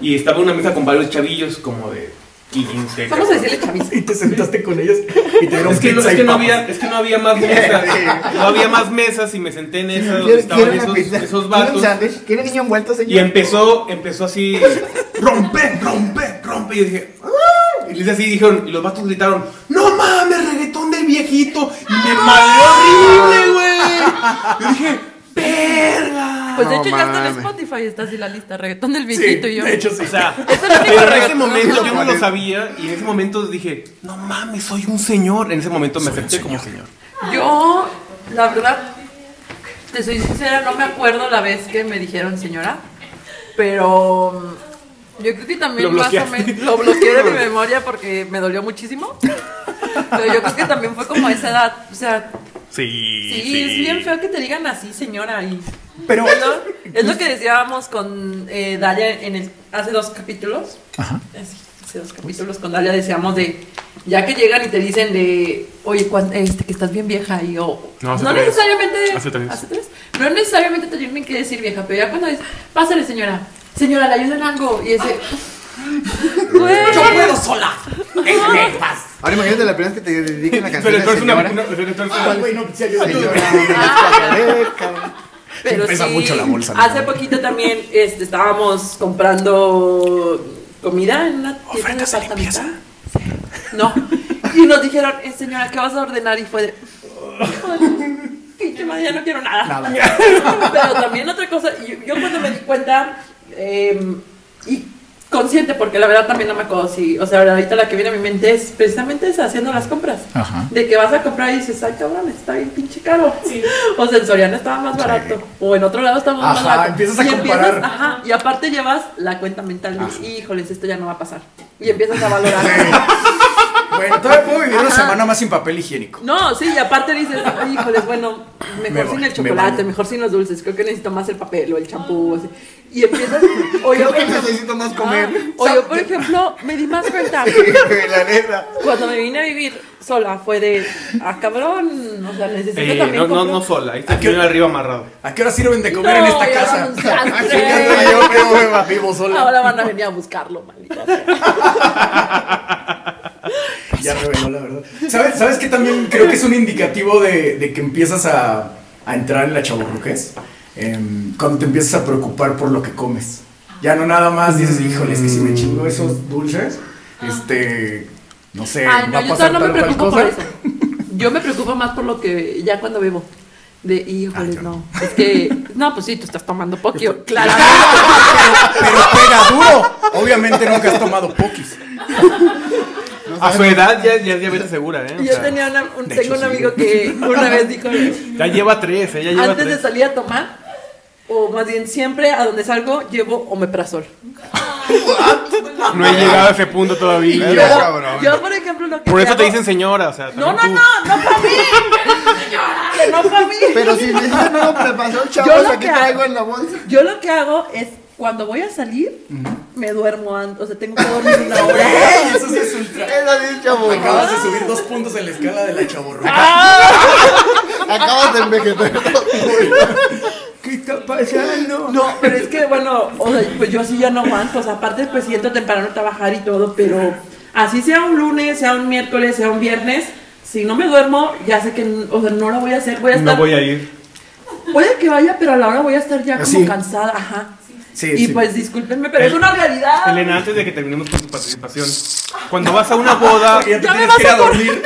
y estaba en una mesa con varios chavillos como de 15.
Vamos a
cabrón.
decirle chaviza.
Y te sentaste con ellos y te dieron
Es que, no,
pizza
es
y
que no
papas.
había, es que no había más mesas. No había más mesas y me senté en esa donde
¿Quiere-
estaban
quiere una
esos,
pizza?
esos
¿Quiere un
vatos.
sándwich? ¿Quiere niño envuelto, señor?
Y empezó, empezó así, rompe, rompe, rompe. Y yo dije, "Ah". y les así dijeron, y los vatos gritaron, no mames, reggaetón del viejito. Y me madreó horrible, güey. Yo dije, verga.
Pues de
No
hecho ya está en
mames.
Spotify, está así la lista, reggaetón del
Sí,
viejito y yo.
de hecho sí.
O sea,
Es el único
pero en ese
reggaetón.
momento yo no lo
Parece.
sabía y en ese momento dije, no mames, soy un señor. En ese momento me acepté como señor.
Yo, la verdad, te soy sincera, no me acuerdo la vez que me dijeron señora, pero mm, yo creo que también
Lo
más o
bloqueaste.
menos lo bloqueé de mi memoria porque me dolió muchísimo. Pero yo creo que también fue como a esa edad, o sea,
Sí,
sí, es bien feo que te digan así, señora, y
Pero
¿no? es lo que decíamos con eh, Dalia en el, hace dos capítulos. Eh, sí, Hace dos capítulos con Dalia decíamos de. Ya que llegan y te dicen de. Oye, cuan- este, que estás bien vieja. Y yo.
No,
No,
hace tres.
necesariamente.
Hace tres.
No necesariamente te tienen que decir vieja, pero ya cuando es. Pásale, señora. Señora, le ayudo en algo. Y ese. güey,
sola.
Ahora imagínate la primera vez que te dediquen la canción
Pero
de
entonces una,
señora.
una- pero entonces
Ah, güey, no, sí, ayuda, ayuda.
Ah.
Señora, me descuajaré,
Ah,
cabrón.
Pero
pesa
sí,
mucho la bolsa, ¿no?
Hace poquito también este, estábamos comprando comida en una tienda
¿Ofertas de
departamental. No. Y nos dijeron, eh, señora, ¿qué vas a ordenar? Y fue de. Pinche madre, ya no quiero nada. Pero también otra cosa, yo, yo cuando me di cuenta, eh, y consciente, porque la verdad también no me acuerdo si, o sea, ahorita la que viene a mi mente es precisamente esa, haciendo las compras.
Ajá.
De que vas a comprar y dices, ay cabrón, está bien pinche caro. O sea, en Soriana estaba más barato. O en otro lado estaba más
Ajá,
barato.
empiezas a
Y
comparar. Ah.
ajá, y aparte llevas la cuenta mental de, híjoles, esto ya no va a pasar. Y empiezas a valorar.
Bueno, todavía puedo vivir una
Ajá.
semana más sin papel higiénico.
No, sí, y aparte dices, híjoles, bueno, mejor
Me
sin
voy,
el
me
chocolate,
baño.
mejor sin los dulces, creo que necesito más el papel o el champú, o así. Y empiezas, o yo,
Creo
por
que
ejemplo, Ah,
necesito más comer.
o yo, por ejemplo, me di más cuenta,
La neta.
cuando me vine a vivir sola, fue de, ah, cabrón, o sea, necesito
Eh,
también
no, no,
comprar-
no sola, ahí está
¿A qué-
señor arriba amarrado.
¿A qué hora sirven de comer en
No,
esta
ya
casa?
son un sastre.
Ay, chingada, yo qué hueva, vivo sola.
Ahora van a venir a buscarlo, maldita. sea.
Ya reveló la verdad. ¿Sabes, ¿Sabes qué también creo que es un indicativo de, de que empiezas a, a entrar en la chaburruquez? Em, cuando te empiezas a preocupar por lo que comes. Ya no nada más dices, híjole, es que si me chingo esos dulces, este, no sé,
Ay,
va
no,
a
yo todavía
pasar
no me
tal o cual
preocupo por
cosa.
eso. Yo me preocupo más por lo que ya cuando bebo. De, híjole,
yo
no. Es que, no, pues sí, tú estás tomando Pokio. Claro.
Pero pega duro. Obviamente nunca has tomado pokis.
A su edad ya, ya es diabetes segura, ¿eh? O
Yo
sea,
tenía una- un,
de
tengo
hecho,
un
sí.
amigo que una vez dijo,
ya lleva tres, ella lleva
antes de
tres.
salir a tomar, o más bien siempre a donde salgo, llevo omeprazol.
No he llegado a ese punto todavía.
Y
Yo,
cabrón.
yo, por ejemplo, lo que
Por eso
hago-
te dicen señora, o sea,
No,
también
no,
tú.
no, no para mí. que no para mí.
Pero si necesitan algo preparado,
Yo
chavos,
lo
aquí
que-
traigo en la bolsa.
Yo lo que hago es cuando voy a salir, me duermo antes. O sea, tengo que dormir una hora.
Eso sí es ultra.
Eso sí, chavo.
Acabas de subir dos puntos en la escala de la chaburruquez.
Ah,
Acabas de envejecer.
¿Qué está pasando?
No, pero es que bueno, o sea, pues yo así ya no aguanto. O sea, aparte, pues siento temprano a trabajar y todo, pero así sea un lunes, sea un miércoles, sea un viernes, si no me duermo, ya sé que, n- o sea, no lo voy a hacer. Voy a estar.
No voy a ir.
Puede que vaya, pero a la hora voy a estar ya como
Sí.
cansada. Ajá.
Sí,
y
sí.
pues discúlpenme, pero es una realidad.
Elena, antes de que terminemos con tu participación, cuando vas a una boda.
Ya te
Ya me
tienes
vas
que ir
a
a dormir.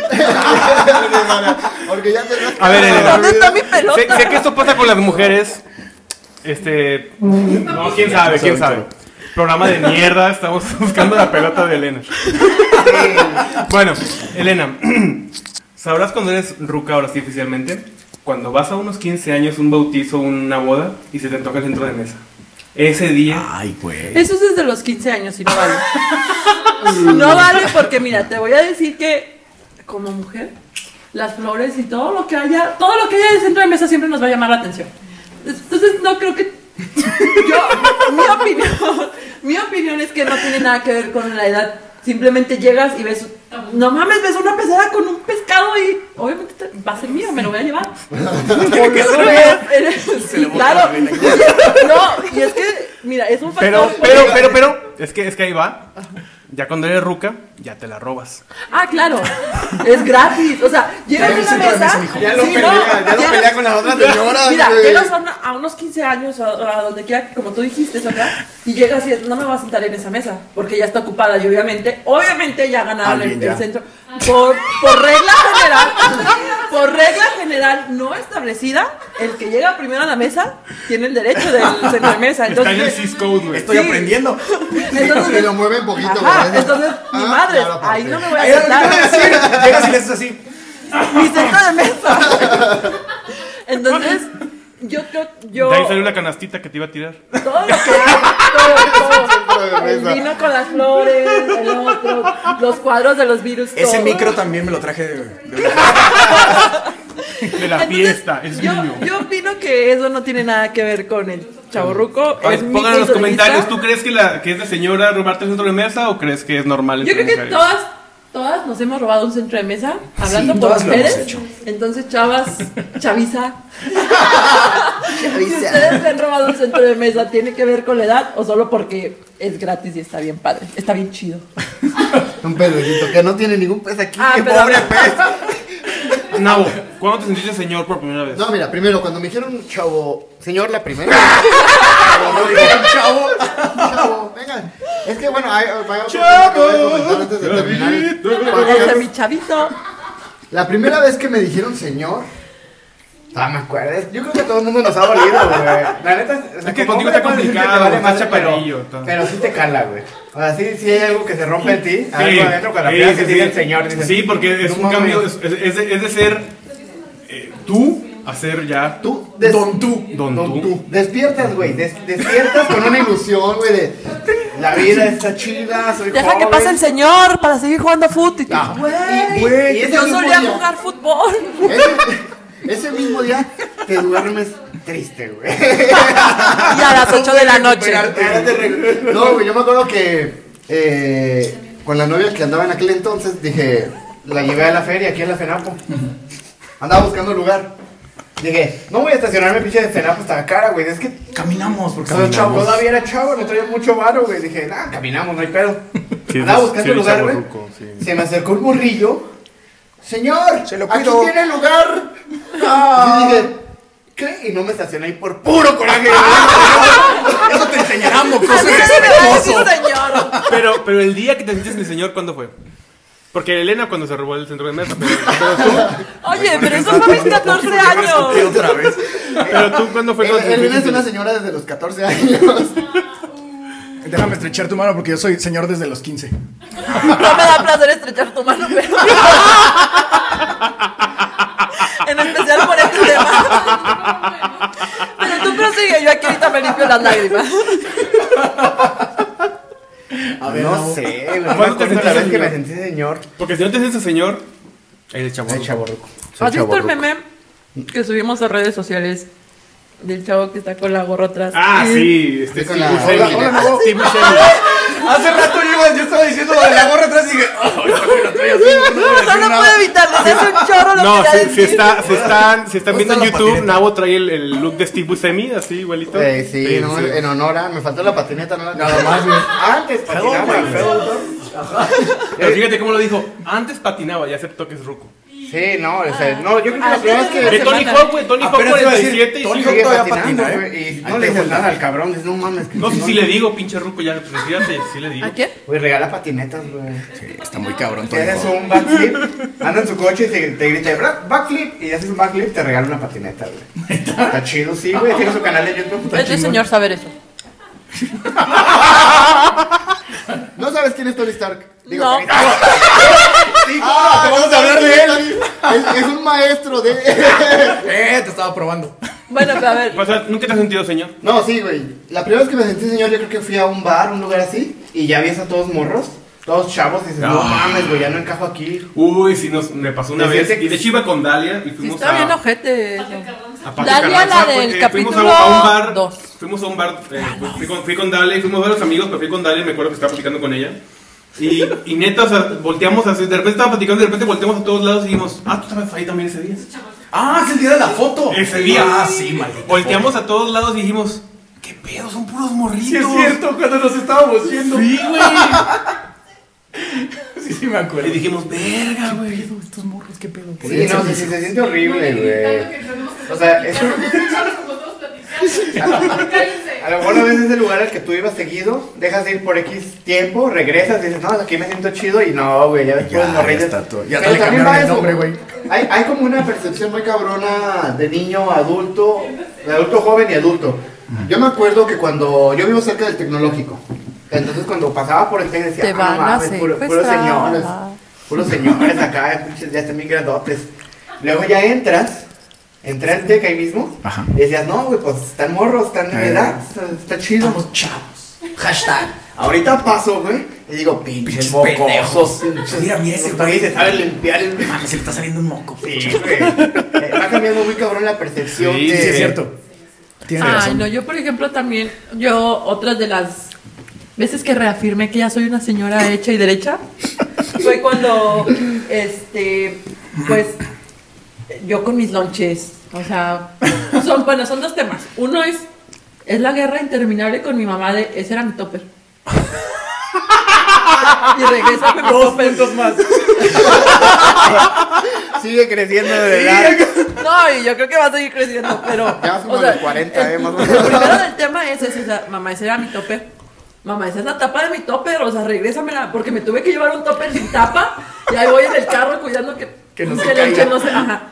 Porque ya te
A ver, Elena.
¿Dónde está mi pelota?
Sé, sé que esto pasa con las mujeres. Este. No, quién sabe, quién sabe. Programa de mierda, estamos buscando la pelota de Elena. Bueno, Elena, ¿sabrás cuando eres ruca ahora sí oficialmente? Cuando vas a unos 15 años, un bautizo, una boda y se te toca el centro de mesa. Ese día.
Ah,
Ay, güey.
Eso es desde los 15 años y no vale. no vale porque mira, te voy a decir que como mujer, las flores y todo lo que haya, todo lo que haya de centro de mesa siempre nos va a llamar la atención. Entonces no creo que yo mi opinión, mi opinión es que no tiene nada que ver con la edad. Simplemente llegas y ves, no mames, ves una pecera con un pescado y obviamente te- va a ser mío, me lo voy a llevar. O luego ves- sí, claro. No, y es que, mira, es un
Pero,
factor.
pero, pero, pero. Es que, es que ahí va. Ya cuando eres ruca, ya te la robas.
Ah, claro. Es gratis. O sea, llegas
Ya
a
ves
una
el centro de
mesa.
mesa, hijo.
Ya lo
sí,
pelea,
no,
ya lo
llegas-
pelea con las otras señoras.
Mira,
güey.
llegas a, una- a unos 15 años o a, a donde quiera, como tú dijiste, Sofía, y llegas y es, no me voy a sentar en esa mesa, porque ya está ocupada y obviamente, obviamente ya ganaron
Alguien
el,
ya.
el centro. Por, por regla general, por regla general no establecida, el que llega primero a la mesa tiene el derecho del centro de mesa.
Está en el
Entonces,
Cisco, güey.
Estoy
Sí.
aprendiendo.
Y
entonces,
lo mueven poquito,
ajá,
güey.
entonces mi
Ah,
madre,
claro, aparte.
ahí no me voy a
Ahí era lo que te
sentar.
iba a decir. Llegas y le haces así.
mi centro de mesa. Entonces, yo creo, yo
De ahí salió la canastita que te iba a tirar.
todo lo que todo, todo.
Centro de
El
mesa.
vino con las flores, el otro, los cuadros de los virus.
Ese
todo.
micro también me lo traje de, de-
De la
Entonces,
fiesta, es
yo,
mío.
yo opino que eso no tiene nada que ver con el chaborruco.
A ver, pongan en los comentarios, ¿tú
Yo
crees que, la, que es de señora robarte el centro de mesa o crees que es normal? entre
creo que
mujeres?
todas, todas nos hemos robado un centro de mesa, hablando
Sí,
por
todas lo
ustedes.
hemos hecho.
Entonces, chavas, chaviza, Si ustedes se han robado un centro de mesa, ¿tiene que ver con la edad o solo porque es gratis y está bien padre? Está bien chido.
Un pedacito que no tiene ningún
Pues
pez aquí.
Ah,
¡Qué
pero-
pobre pez!
Nabo, ¿cuándo te sentiste señor por primera vez?
No, mira, primero, cuando me dijeron chavo, señor, la primera. Chavo, no, chavo, chavo, venga. Es que bueno, hay, hay otro tema que voy a comentar antes de terminar el
Ese es
podcast.
mi chavito.
La primera vez que me dijeron señor, ah, me acuerdo. Yo creo que a todo el mundo nos ha dolido, güey. La neta, o sea,
Es que
como
contigo
hombre
está
puedes decir que te
complicado,
vale
estás
madre, pero-
chaparrillo, todo.
Pero sí te cala, güey. O sea, sí, sí hay algo que se rompe en ti.
Sí,
Algo adentro cuando
sí,
apenas
sí,
te
sí.
dice el señor. dices,
Sí, porque es
"No
un
mames".
cambio, es, es- es de, es de ser eh, tú a ser ya
Tú, des-
Don tú.
don,
Don
tú.
tú. Despiertas, güey. des- despiertas con una ilusión, güey, de la vida está chida, soy
Deja que
joven".
pase el señor para seguir jugando fútbol. Y tú,
Ah,
"Güey,
y- güey, ese
yo
mismo
solía
día-
jugar fútbol.
Ese, ese mismo día te duermes triste, güey.
Y a las 8 de la noche.
No, güey, yo me acuerdo que eh, con la novia que andaba en aquel entonces, dije, la llevé a la feria, aquí en la FENAPO. Andaba buscando lugar. Dije, no voy a estacionarme, pinche de FENAPO hasta cara, güey. Es que
Caminamos, porque
Cuando chavo,
caminamos.
todavía era chavo, no traía mucho varo, güey. Dije, nah, caminamos, no hay pedo.
Sí,
Andaba
sí,
buscando
sí,
lugar,
chavo
güey.
ruco, sí.
Se me acercó un burrillo. Señor,
Se lo Ah.
aquí
pido.
tiene lugar. Y yo dije, ¿qué? Y no me estacioné ahí por puro coraje.
Eso te enseñará, mocoso.
Así
es
se me va a decir
respetuoso.
señor.
Pero, pero el día que te sentiste mi señor, ¿cuándo fue? Porque Elena cuando se robó el centro de mesa, pero, pero tú,
Oye, pero eso fue a mis 14
Discutí
años.
otra vez.
pero tú ¿cuándo fue
Él,
cuando te
él es
sentiste?
una señora desde los 14 años.
Déjame estrechar tu mano porque yo soy señor desde los 15.
No me da placer estrechar tu mano, pero. En especial por este tema. Pero tú prosigue, yo aquí ahorita me limpio las lágrimas.
A ver,
no
no.
sé, güey. No me
¿Cuándo te
acuerdo la
sentiste
vez que me
señor?
sentí señor.
Porque si no te sientes señor, eres chavo.
Soy
ruco.
chavo ruco.
¿Has visto el meme que subimos a redes sociales del chavo que está con la gorra atrás?
Ah, sí, este
Estoy
es
con la-
Steve Buscemi.
Hola, hola, Nabo.
Steve Buscemi.
Hace rato yo, yo estaba diciendo lo de la gorra atrás y dije, "Ay, la trae así, no voy a
No,
decir
no, no
nada".
puedo evitarlo, es un chorro lo
No,
que
si,
ya
si
decía.
está, si están, si están
¿Dónde
viendo en
está la
YouTube,
patineta?
Nabo trae el, el look de Steve Buscemi, así igualito.
Eh, sí, no,
sí.
en honor a. Me faltó la patineta, no la Nada más, güey. Antes patinaba,
güey.
feo,
Pero
eh,
fíjate cómo lo dijo. Antes patinaba, ya aceptó que es ruco.
Sí, no, o sea, no, yo creo que la
Ah,
primera vez
sí,
que
De
sí,
Tony
semana.
Hawk, güey.
Ah,
Tony Hawk
Apenas te iba a decir,
47 y
Tony
sigue-
Hawk-
sigue
todavía
patinando,
patina,
güey,
¿eh?
Y
Ahí
no
te
le dices
dejo
nada
nada.
al cabrón, dices, no mames. que
No,
si
si, si le digo, pinche ruco, ya, pues fíjate, sí le digo.
¿A quién?
Güey, regala patinetas, güey.
Sí, está muy cabrón todo.
Te haces un backflip, anda en su coche y te, te grita, "Bra- backflip, y haces un backflip, te regala una patineta, güey. Está chido, sí, güey, tiene su canal de YouTube.
Es de señor saber eso.
No sabes quién es Tony Stark. Digo,
No.
Tony Stark.
Sí, ¿cómo
Ah,
no? Te vamos
no
a hablar
sabes
de
quién
él.
Es, Tony- es- es un maestro de.
Eh, te estaba probando.
Bueno, pero a
Pues,
ver.
O sea, ¿nunca te has sentido, señor?
No, sí, güey. La primera vez que me sentí señor, yo creo que fui a un bar, un lugar así, y ya ves a todos morros, todos chavos, y dices, no, mames, güey, ya no encajo aquí.
Uy, sí, nos, me pasó una
Me
vez.
siente-
Y de hecho iba con Dalia y
Sí,
fuimos
está
a.
bien ojete. eso.
a Paco
Dalia,
Carranza,
la del
porque fuimos a un-
capítulo
a un bar,
dos.
Fuimos a un bar. eh, pues, fui, con, fui con Dalia y fuimos a ver a los amigos, pero fui con Dalia y me acuerdo que estaba platicando con ella. Y, y neta, o sea, volteamos así. De repente estaba platicando y de repente volteamos a todos lados y dijimos, ah, tú estabas ahí también ese día.
Ah, es el día de la foto.
Ese día.
Ah, sí, maldito.
Volteamos a todos lados y dijimos, qué pedo, son puros morritos.
Sí, es cierto, cuando nos estábamos yendo.
Sí, güey.
Sí, sí, me acuerdo.
Y dijimos, verga, güey.
estos morros, qué pedo.
Sí, no, sí, sí, se siente horrible, güey. O
O
sea,
sea,
es
es
un- A lo mejor a veces el lugar al que tú ibas seguido, dejas de ir por X tiempo, regresas y dices, no, aquí me siento chido y no, güey, ya ves
Ya,
puros morritos.
ya está todo. Ya
Pero
te le
también
cambiaron
va
el
eso.
nombre, güey.
Hay, hay como una percepción muy cabrona de niño, a adulto, de adulto joven y adulto. Yo me acuerdo que cuando yo vivo cerca del tecnológico, entonces cuando pasaba por el tec decía,
Te
"Ah, no
van a
mames, puro- puros
secuestrar".
señores, puros señores acá, pinches, ya están bien grandotes. Luego ya entras, entras al tec ahí mismo,
Ajá.
y decías, no, güey, pues están morros, están de
Eh.
edad, está- está chido. Estamos chavos. Hashtag. Ahorita paso, güey, y digo, pinches
Pinches
mocosos,
pendejos.
pinches.
Mira, mira ese
güey, se sabe limpiar el
Mames, Ah, se le está saliendo un moco.
Sí, güey. Eh, Va cambiando muy cabrón la percepción
Sí,
de.
Sí, es cierto. Tienes
Ay,
razón.
no, yo por ejemplo también, yo otras de las veces que reafirmé que ya soy una señora hecha y derecha, fue cuando, este, pues, yo con mis lonches, o sea, son, bueno, son dos temas. Uno es, es la guerra interminable con mi mamá de, ese era mi topper. Y regresa mi topper.
más.
Sigue creciendo de edad.
No, y yo creo que va a seguir creciendo, pero.
Ya vas como
o
a
sea,
los 40, eh, más o
Lo
menos.
primero del tema es ese, o sea, mamá, ese era mi topper. Mamá, esa es la tapa de mi topper, o sea, regrésamela, porque me tuve que llevar un topper sin tapa, y ahí voy en el carro cuidando que,
Que no se
el lonche
caiga.
no se- ajá.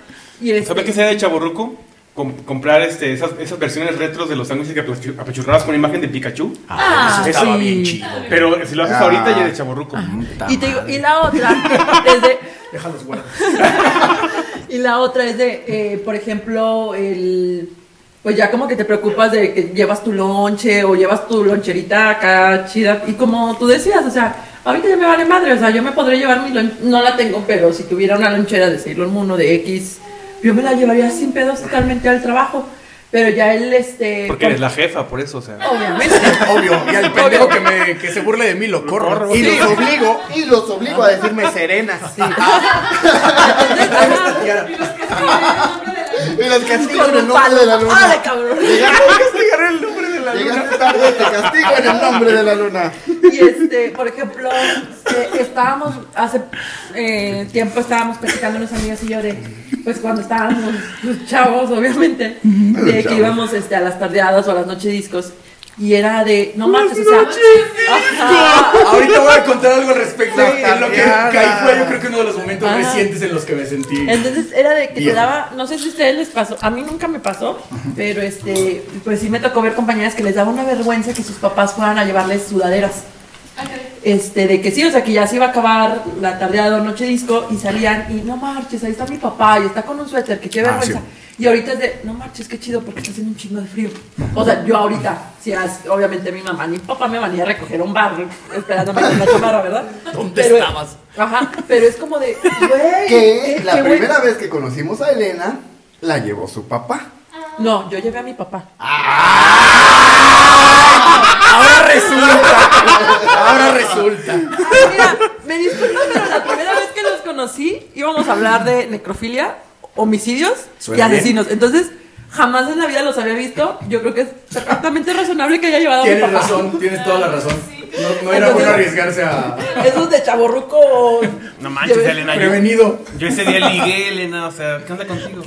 Y este-
¿Sabes qué sea de chaburruco? Com- comprar este, esas, esas versiones retros de los sándwiches que apechu- apechurrabas con imagen de Pikachu.
Ah,
Ah,
eso estaba
sí.
bien chido.
Pero si lo haces
Ah.
ahorita ya de chaburruco.
Y te digo, y la otra, desde,
Déjalos guardas.
Y la otra es de, eh, por ejemplo, el. Pues ya como que te preocupas de que llevas tu lonche o llevas tu loncherita acá chida. Y como tú decías, o sea, ahorita ya me vale madre. O sea, yo me podré llevar mi lonche. No la tengo, pero si tuviera una lonchera de Sailor Moon o de X, yo me la llevaría sin pedos totalmente al trabajo. Pero ya él, este.
Porque eres la jefa, por eso, o sea.
Obviamente.
Obvio. Y al pendejo que, me, que se burle de mí lo corro.
Y los obligo, y los obligo a decirme serenas.
Ah,
Entonces, ajá,
Y los castigo
con
en el
un
nombre de la
palo. Ah, ¡Ay,
luna.
cabrón!
Castigar el nombre de la luna. Llegaste tarde, te castigo en el nombre de la luna.
Y este, por ejemplo, eh, estábamos, hace eh, tiempo estábamos platicando unos amigos y yo de, pues cuando estábamos los chavos, obviamente, de que íbamos este, a las tardeadas o a las noches discos. Y era de, no manches, o sea, ajá,
Ahorita voy a contar algo al respecto.
Sí,
En lo que
ya.
caí fue, yo creo que uno de los momentos
Ajá.
recientes en los que me sentí.
Entonces era de que te
Bien.
daba, no sé si a ustedes les pasó, a mí nunca me pasó, pero este, pues sí me tocó ver compañeras que les daba una vergüenza que sus papás fueran a llevarles sudaderas. Este, de que sí, o sea, que ya se iba a acabar la tardeada o noche disco y salían y no marches, ahí está mi papá y está con un suéter, que qué
Ah,
vergüenza. Y ahorita es de, no marches, qué chido porque está haciendo un chingo de frío. O sea, yo ahorita, si as- obviamente mi mamá ni mi papá me van a ir a recoger a un bar esperándome en la chamarra, ¿verdad?
¿Dónde
Pero-
estabas?
Ajá, pero es como de, güey.
Que
qué- qué
la
güey.
primera vez que conocimos a Elena, la llevó su papá.
No, yo llevé a mi papá.
Ahora resulta. Ahora resulta.
Mira, me disculpan, pero la primera vez que los conocí íbamos a hablar de necrofilia, homicidios
Suena
y asesinos. Entonces, jamás en la vida los había visto. Yo creo que es perfectamente razonable que haya llevado a mi
Tienes
papá.
razón, tienes toda la razón. No, no era
Entonces-
bueno arriesgarse a.
Esos de chaborruco.
No manches,
Llevé-
Elena. Yo,
Prevenido.
yo ese día ligué, Elena, o sea, ¿qué onda contigo?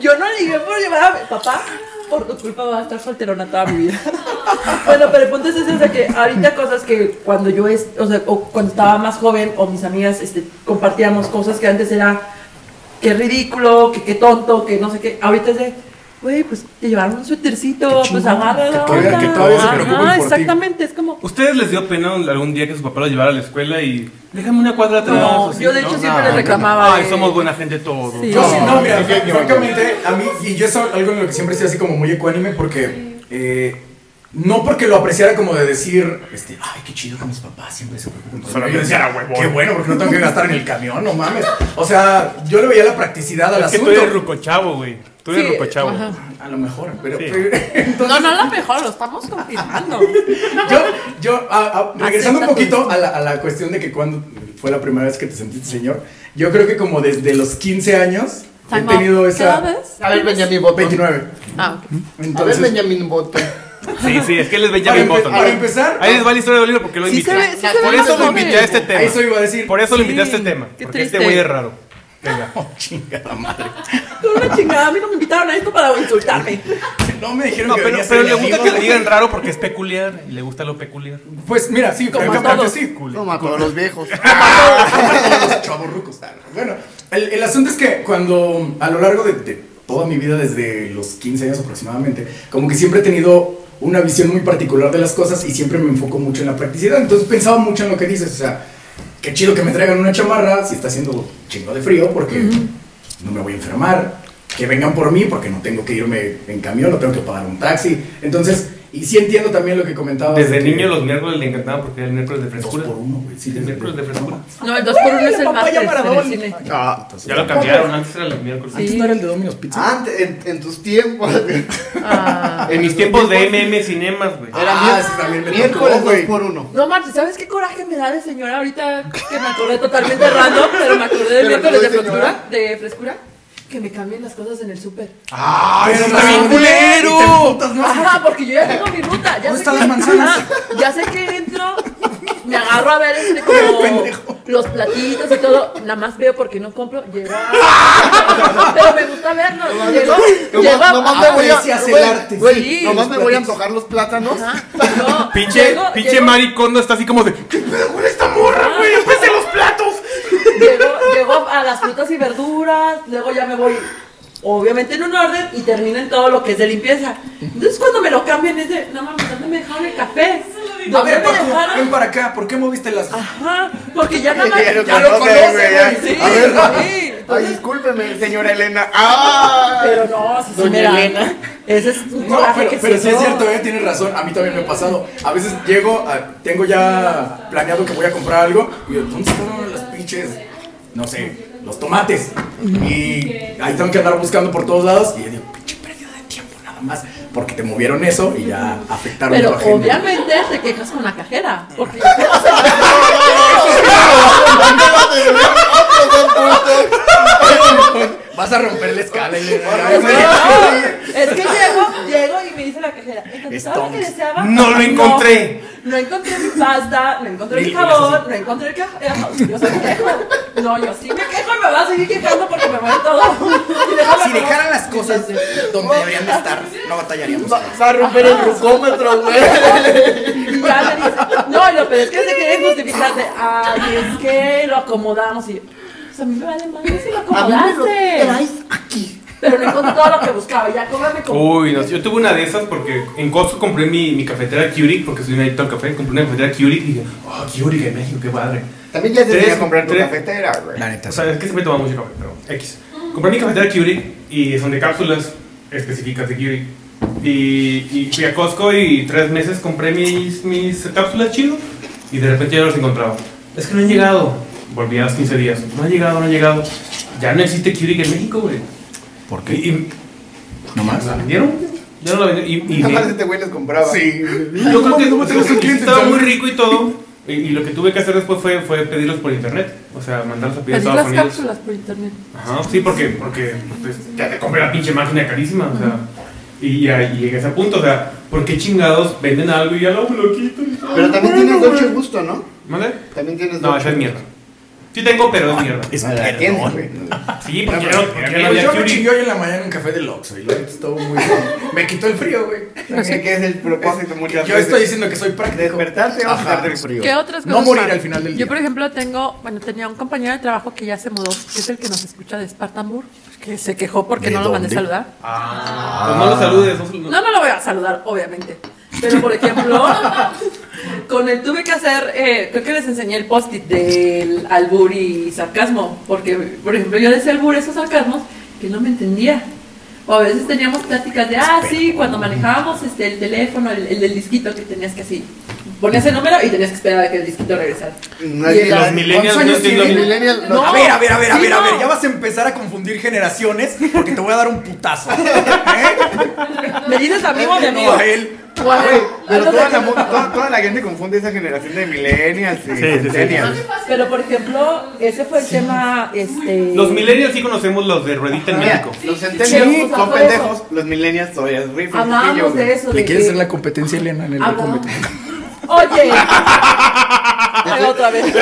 Yo no ligué por llevar a mi papá. Por tu culpa va a estar solterona toda mi vida. bueno, pero el punto es ese, o sea, que ahorita cosas que cuando yo, es, o sea, o cuando estaba más joven o mis amigas este, compartíamos cosas que antes era qué ridículo, que qué tonto, que no sé qué. Ahorita es de, güey, pues te llevaron un suétercito, pues agarra la
todavía-
onda.
que todavía se
Ajá,
preocupen por ti.
exactamente, es como...
¿Ustedes les dio pena algún día que su papá los llevara a la escuela y déjame una cuadra atrás?
No,
o sí,
yo de hecho
¿no?
siempre
no,
les
no.
reclamaba.
Ay,
de-
somos buena gente todos.
Sí.
Yo sí, no, mira,
no,
fran-
no,
francamente, a mí, y yo es algo en lo que siempre estoy así como muy ecuánime, porque eh, no porque lo apreciara como de decir, este, ay, qué chido que mis papás siempre se preocupan. por
Solo
mí".
yo decía, "Ah, huevo".
Qué bueno, porque no tengo que gastar en el camión, no mames. O sea, yo le veía la practicidad al
Es que tú
asunto.
eres rucochavo, güey. Tú eres
Sí,
rucochavo.
ajá.
A lo mejor, pero.
Sí.
No, no, lo mejor, lo estamos confirmando.
yo, yo, a- a- regresando un
Acepta tu-
poquito a la, a la cuestión de que cuando fue la primera vez que te sentiste señor, yo creo que como desde los 15 años he
Time out.
tenido esa.
¿Qué edad es?
A ver, Benjamin Button.
29.
Ah, ok.
A ver,
Entonces,
Benjamin Button.
Sí, sí, es que les ven ya
Para
mi
empe-
voto.
para empezar-
Ahí les va la historia de Oliver porque lo
Sí
invité.
se ve- sí se
Por
ve
eso lo
joven.
invité a este tema.
Eso iba a decir.
Por eso lo invité a
Sí,
este tema.
qué
porque este
triste.
güey es raro. Venga.
Oh, chingada madre.
Con una chingada, a mí no me invitaron a esto para insultarme.
No me dijeron
No,
que
pero,
venía a
pero
ser
le
mi
gusta que
amigo.
le digan raro porque es peculiar. Y le gusta lo peculiar.
Pues mira, sí,
Como
francamente
todos.
sí.
No mató a los viejos.
Los chavorrucos. ah, Bueno, el, el asunto es que cuando a lo largo de, de toda mi vida, desde los 15 años aproximadamente, como que siempre he tenido una visión muy particular de las cosas y siempre me enfoco mucho en la practicidad. Entonces pensaba mucho en lo que dices, o sea, qué chido que me traigan una chamarra si está haciendo chingo de frío porque no me voy a enfermar. Que vengan por mí porque no tengo que irme en camión, no tengo que pagar un taxi. Entonces, y sí entiendo también lo que comentabas. de
Desde
que-
niño los miércoles le encantaban porque era el miércoles de
Ah, Dos
frescura.
por uno, güey. Sí,
El
desde-
miércoles de frescura.
No, el 2 por 1 es el
papaya
martes en
Maradona.
el cine.
Ah,
Ya lo cambiaron, antes era el miércoles.
Antes no era el de Domino's Pizza.
Antes, en, en tus tiempos.
Ah.
En mis tiempos de MM Cinemas, güey.
Era
Ah,
miércoles,
ese también me
miércoles
tocó,
dos
güey.
por uno.
No, Marta, ¿sabes qué coraje me da de señora ahorita? Que me acordé totalmente random, pero me acordé del
Pero
miércoles de
acordé de señora.
frescura, de frescura. Que me cambien las cosas en el súper.
¡Ah,
Pero
está
está bien culero.
Ajá, porque yo ya tengo mi ruta. Ya
¿Dónde
sé
Ah. están
que-
las manzanas?
Ajá, ya sé que entro, me agarro a ver este como los platitos y todo. Nada más veo porque no compro. Llego. a- Pero me gusta verlos. Llego. llego a-
Nomás, nomás me voy a.
aprecias el
güey,
arte.
güey,
Sí, los
nomás me voy a
platitos.
antojar los plátanos.
Ajá, no,
Pinche,
llego-
pinche
llego-
maricondo está así como de. ¿Qué pedo con esta morra, güey? ¡Empecé los platos!
Llego, llego a las frutas y verduras, luego ya me voy, obviamente en un orden, y termino en todo lo que es de limpieza. Entonces cuando me lo cambian es de, no mames, ¿dónde me dejaron el café?
A
¿Dónde
ver,
me
Paco, ven
dejaron?
para acá. ¿Por qué moviste las.?
Ajá, porque ya nada más...
Ya lo
ya lo
conoce,
conoce,
güey, ya.
güey, sí,
A ver,
sí.
Ay,
Entonces,
discúlpeme, señora Elena. ¡Ah!
pero no, sí, sí
Doña
me da.
Elena.
Ese es un
No,
coraje
pero,
que
pero sí es
no.
cierto, eh, tienes razón. A mí también me ha pasado. A veces llego, a- tengo ya planeado que voy a comprar algo. Y yo, ¿dónde están las pinches? No sé, los tomates. Y ahí tengo que andar buscando por todos lados. Y yo digo, pinche pérdida de tiempo, nada más. Porque te movieron eso y ya afectaron
Pero
tu agenda.
obviamente te quejas con la cajera, porque...
Vas a romper la escala. y le-
Es que, no, es que llego, llego y me dice la cajera, ¿encontraste lo que
Stonks.
deseaba?
No lo encontré.
No, no encontré mi pasta, no encontré mi
Mil cosas
jabón, no encontré el cajón. Yo soy quejo. No, yo sí me quejo y me voy a seguir quejando porque me mueve todo. Y déjame
Si
como-
dejaran las cosas donde deberían de estar, no batallaríamos.
Va, va a romper el glucómetro, güey.
Y ya me dice, no, y lo peor es que se quieren justificar de, ay, es que lo acomodamos. Y yo, pues a mí me vale madre si lo
A mí me lo
acomodaste.
traes aquí.
Pero no encontré todo lo que buscaba, ya cóbrame como...
Uy, no, yo tuve una de esas porque en Costco compré mi, mi cafetera Keurig porque soy un adicto al café. Compré una cafetera Keurig y dije, oh, Keurig en México, qué padre.
También ya te
Tres,
voy a comprar tu
tres.
cafetera, güey.
La neta.
O sea, es que siempre tomo mucho café, pero X. Compré mi cafetera Keurig y son de cápsulas específicas de Keurig. Y, y fui a Costco y tres meses compré mis, mis cápsulas chido y de repente ya no las encontraba. Es que no han llegado. Volví a los 15 días. No ha llegado, no ha llegado. Ya no existe Keurig en México, güey.
¿Por
Y, y
¿No más?
la vendieron. Ya no la vendieron. Y, y
Nada
me-
más este güey les compraba.
Sí.
yo creo que
¿Cómo tenemos un cliente?
estaba muy rico y todo. Y, y lo que tuve que hacer después fue, fue pedirlos por internet. O sea, mandarlos a pedir
Pedí
a Estados
las
Unidos.
cápsulas por internet.
Ajá, sí, porque, porque pues, ya te compré la pinche máquina carísima, o sea. Y, ya llegué a ese punto, o sea, ¿por qué chingados venden algo y ya lo, lo quito?
Pero también tienes Dolce Gusto, ¿no?
¿Mande?
También tienes
No, esa
Dolce
es
Gusto.
mierda. Sí tengo, pero es mierda.
Es
No, la
perdón.
tienes, güey.
Sí,
No,
porque
pero-
no- porque no
Pues
había
yo me
Fury.
chingué hoy en la mañana en un café del Oxxo y lo estuvo muy bien. Me quitó el frío, güey.
También que es el propósito muchas
Yo
veces.
estoy diciendo que soy práctico.
Despertarte o
Ajá.
quitarte el frío.
¿Qué otras
No
cosas?
morir
más?
al final del día.
Yo, por ejemplo, tengo, bueno, tenía un compañero de trabajo que ya se mudó, que es el que nos escucha de Spartanburg, que se quejó porque
¿De
no lo mandé
dónde? Ah.
saludar.
Pues
Ah.
no lo saludes. no se- no-
No, no lo voy a saludar, obviamente. Pero, por ejemplo, con él tuve que hacer, eh, creo que les enseñé el post-it del albur y sarcasmo, porque, por ejemplo, yo decía albur esos sarcasmos que no me entendía. O a veces teníamos pláticas de, ah, sí, cuando manejábamos este, el teléfono, el, el del disquito que tenías que así. Ponías el número y tenías que esperar a que el disquito regresara.
Nadie-
Y
Los millennials
¿Cuántos
no
años
entiendo
tiene
ni-
millennial?
No.
No.
A ver, a ver, a ver, a
Sí,
ver, a ver.
no.
Ya vas a empezar a confundir generaciones porque te voy a dar un putazo. ¿Eh?
¿Me dices amigo o mi amigo?
No a él.
Güey, Pero toda la, mu- toda, toda la gente confunde esa generación de millennials y centennials.
Pero por ejemplo, ese fue el tema, este...
Los millennials sí conocemos los de ruedita en
Mira,
México.
los
pero,
centennials
pues,
son
por
pendejos, los millennials todavía es rifle. chiquillo,
Hablábamos
güey.
de eso,
¿Le
de
quieres
que-
hacer la competencia, Elena? En el
Ah,
competencia.
Oye. Pero otra vez.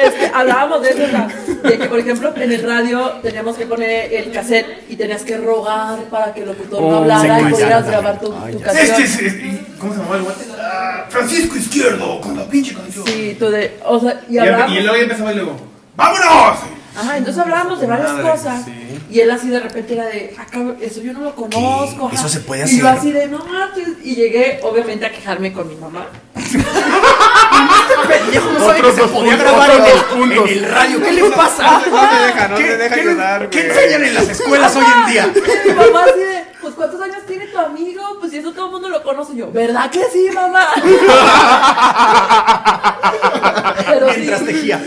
Este, hablábamos de eso, o sea, de que por ejemplo en el radio teníamos que poner el cassette y tenías que rogar para que el locutor no hablara y
callaron
pudieras
también.
grabar tu,
Ay,
tu
ya.
canción.
Este es- es- ¿Cómo se llamaba el guante? Ah, Francisco Izquierdo, con la pinche canción.
Sí, tú de, o sea, y
Y
hablábamos,
él luego ya empezaba y luego. ¡Vámonos!
ajá, entonces hablábamos de varias
Madre,
cosas
sí.
y él así de repente era de, "Ah, cabrón, eso yo no lo conozco. ajá".
Eso se puede
Y yo
hacer.
así de, no mames", y llegué obviamente a quejarme con mi mamá.
Pendejo, no sabe que se podía grabar en el, en el radio. ¿Qué le pasa?
No te deja, no
¿Qué,
te deja
qué-
ayudar,
¿Qué
güey.
enseñan en las escuelas hoy en día?
Mi mamá así de, pues ¿cuántos años tiene tu amigo? Pues si eso todo el mundo lo conoce yo. ¿Verdad que sí, mamá? Pero sí,
Mientras tejía.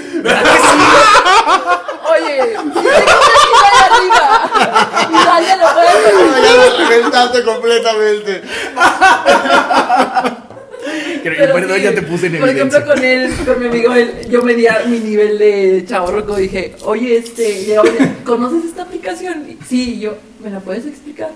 oye, si te arriba, y nadie lo puede
No, ya lo reventaste completamente.
Creo que
Pero
perdón,
sí,
ya te puse en
Por ejemplo,
evidencia.
con él, con mi amigo, él, yo medía mi nivel de chaborroco. Dije, oye, este, de, oye, ¿conoces esta aplicación? Y, Sí, y yo, ¿me la puedes explicar?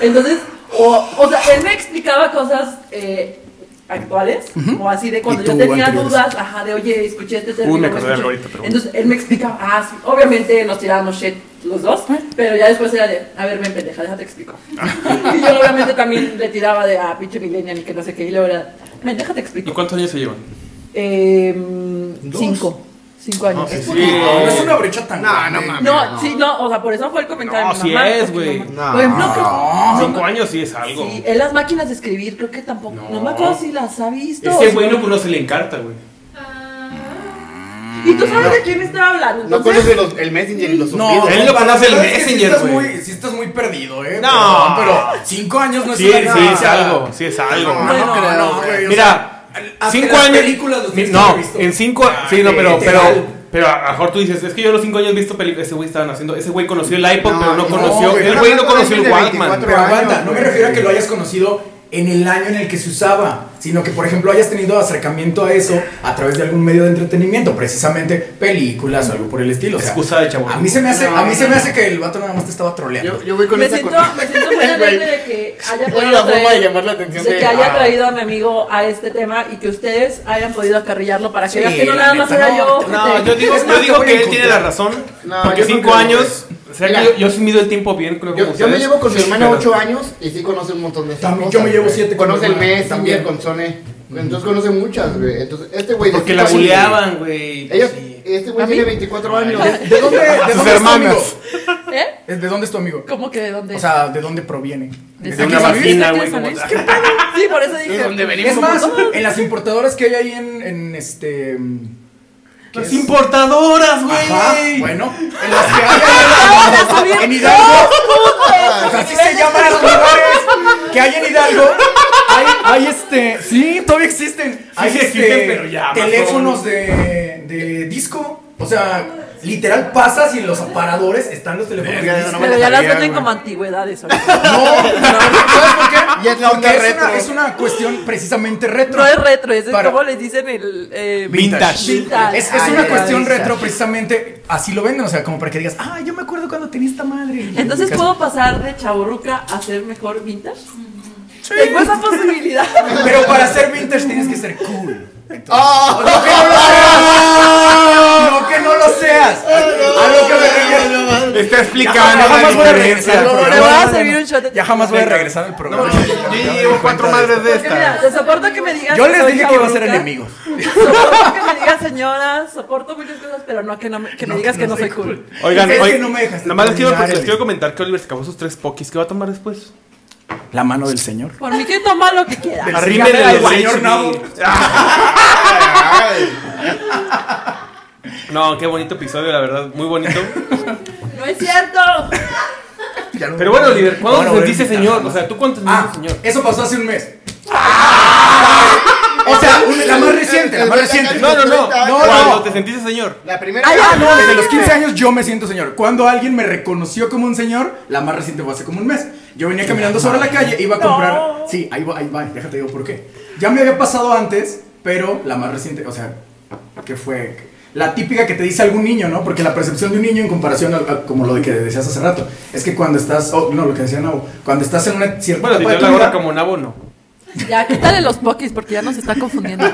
Entonces, o, o sea, él me explicaba cosas eh, actuales, o así de cuando
Y
yo
tú
tenía
anteriores.
dudas, ajá, de, oye, escuché este término.
me
no
acordé de algo
escuché".
ahorita, pero bueno.
Entonces, él me explicaba, ah, sí, obviamente nos tirábamos shit los dos, pero ya después era de, a ver, ven, pendeja, déjate explico. y yo obviamente también le tiraba de, ah, pinche millennial y que no sé qué, y luego era, ven, déjate
¿Y
explico.
cuántos años se llevan?
Eh, cinco. Cinco años.
No es una brecha tan
No, no
grande.
mames.
No, sí, no, o sea, por eso fue el comentario
No,
de
sí
mi mamá.
es,
porque
güey.
mi mamá-
No.
Por ejemplo, creo-
Cinco años sí es algo.
sí, en las máquinas de escribir, creo que tampoco. No, me acuerdo si las ha visto.
Ese
o-
Este güey no conoce la encarta, güey.
Ah,
Y tú sabes de quién estaba hablando.
No
Entonces,
conoce los, el Messenger y los
No,
zumbidos.
Él no conoce el
la verdad es que sí
Messenger,
estás
güey.
muy- Sí estás muy perdido, eh. Perdón,
No.
Pero cinco años no es
Sí,
una
sí
edad.
es algo, sí es algo.
No,
Bueno,
no, creo,
no,
güey, o sea,
Mira,
hasta
cinco
las
años.
películas los
mi-
tienes que
no,
haber visto.
en cinco.
Ah,
sí, no, pero, pero,
literal.
pero a lo mejor tú dices, es que yo a los cinco años he visto películas. Ese güey estaban haciendo. Ese güey conoció el iPod,
No,
pero no
no,
conoció.
güey,
el
no,
güey
no,
no
no,
conoció el
no,
Walkman.
24.
Pero aguanta,
años,
no me
güey.
refiero a que lo hayas conocido en el año en el que se usaba, sino que, por ejemplo, hayas tenido acercamiento a eso a través de algún medio de entretenimiento, precisamente películas o algo por el estilo. o sea,
Excusa de chavo.
A mí se me hace,
No,
a mí se me
no.
hace que el vato nada más te estaba troleando.
Yo, yo voy con
me
esa
siento,
cosa.
me siento muy
Güey,
alegre de que haya
Es
podido
la forma
traer-
de llamar la atención
de
de-
que haya
Ah.
traído a mi amigo a este tema y que ustedes hayan podido acarrillarlo para que
Sí,
veas que no
la
nada más
neta,
era
no,
yo.
No, yo digo,
Es más,
yo
te
digo
voy a
que él
encontrar.
tiene la razón.
No,
porque
yo creo
cinco
que no,
años. O sea,
Mira.
que yo, yo sí mido el tiempo bien, creo como
Yo, yo me
ustedes.
llevo con mi hermana
Pero-
8 años y sí conoce un montón de esas
También,
cosas,
yo me llevo
güey.
siete con mi
Conoce el
hermana,
mes,
también.
también con Sone. Entonces conoce muchas, güey. Entonces este güey. de
Porque la
cinco años-
buleaban, güey.
Ella,
pues sí.
este güey tiene 24
Ah,
años.
¿De dónde, de
Sus
dónde
hermanas.
es tu
¿Eh?
amigo? ¿De dónde es tu amigo?
¿Cómo que de dónde?
O sea, ¿de dónde proviene?
¿De
De
aquí
una
es Luis?
vagina,
¿De
güey.
qué
como-
salís? sí, por eso dije.
Es más, en las importadoras que hay ahí en, en este. ¿qué
Las
es?
importadoras,
Ajá,
güey.
bueno, en las que hay ahí en, en Hidalgo.
Oh,
Pues así se llaman los lugares que hay en Hidalgo. Hay, hay este. Sí, todavía existen. hay
sí
este,
existen, pero ya, más
teléfonos
son.
de, de disco. O sea, literal pasas y en los aparadores están los teléfonos de
Verga,
disco.
no me
Pero ya las
sabía,
venden
güey.
como antigüedades. ahora.
No, ¿sabes por qué?
Ya es la
Porque
onda
es una,
retro.
es una cuestión precisamente retro.
No es retro, es
Para-
como les dicen el. eh,
Vintage.
Vintage.
Es, es
Ay,
una
ay,
cuestión
ay,
retro, precisamente. Así lo venden, o sea, como para que digas, ah, yo me acuerdo cuando tenía esta madre.
Entonces puedo pasar de chaburruca a ser mejor vintage. Tengo esa posibilidad.
Pero para ser vintage tienes que ser cool. Entonces,
¡Ah!
no que no lo seas. No que veas. A lo que me refiero.
Está explicando
jamás
la
voy a regresar.
diferencia.
No,
Te
no, no,
voy a
no,
servir
no.
un shot.
Ya jamás voy a regresar al
No,
programa.
no, yo ya llevo cuatro madres de
Es que mira,
estas.
te soporto que me digas.
Yo
que
les
soy
dije que iba a ser
chavorruca,
enemigos.
Soporto que me digas señora, soporto muchas cosas, pero no que, no me, que me digas que no soy cool.
Oigan,
Es que
oigan,
no me dejaste
nada más les quiero,
terminar, eh.
les quiero comentar que Oliver se acabó sus tres pokis. ¿Qué va a tomar después?
La mano del señor.
Por mí que toma lo que quiera.
Arrímenle
señor-
los
del señor Nabo.
No, qué bonito episodio, la verdad, muy bonito.
No es cierto.
Pero bueno, Oliver, ¿cuándo
Bueno,
te
bueno,
sentiste
ya,
señor? O
jamás.
sea, ¿tú cuándo te
Ah,
sentiste señor?
eso pasó hace un mes. O sea, un- la más reciente, la más reciente.
No, no, no.
No,
no,
no.
¿Cuándo te sentiste señor?
La primera.
Ah, ya, no, desde los 15 años yo me siento señor. Cuando alguien me reconoció como un señor, la más reciente fue hace como un mes. Yo venía caminando sobre la calle, iba a comprar. Sí, ahí va, ahí va, déjate digo por qué. Ya me había pasado antes, pero la más reciente, o sea, que fue la típica que te dice algún niño, ¿no? Porque la percepción de un niño en comparación a, a- como lo de que decías hace rato, es que cuando estás, oh, no, lo que decía Nabo, cuando estás en una cierta
Bueno, si
etapa de
te
tu
habla ahora
vida-
como nabo, no.
Ya, quítale los pokis porque ya nos está confundiendo.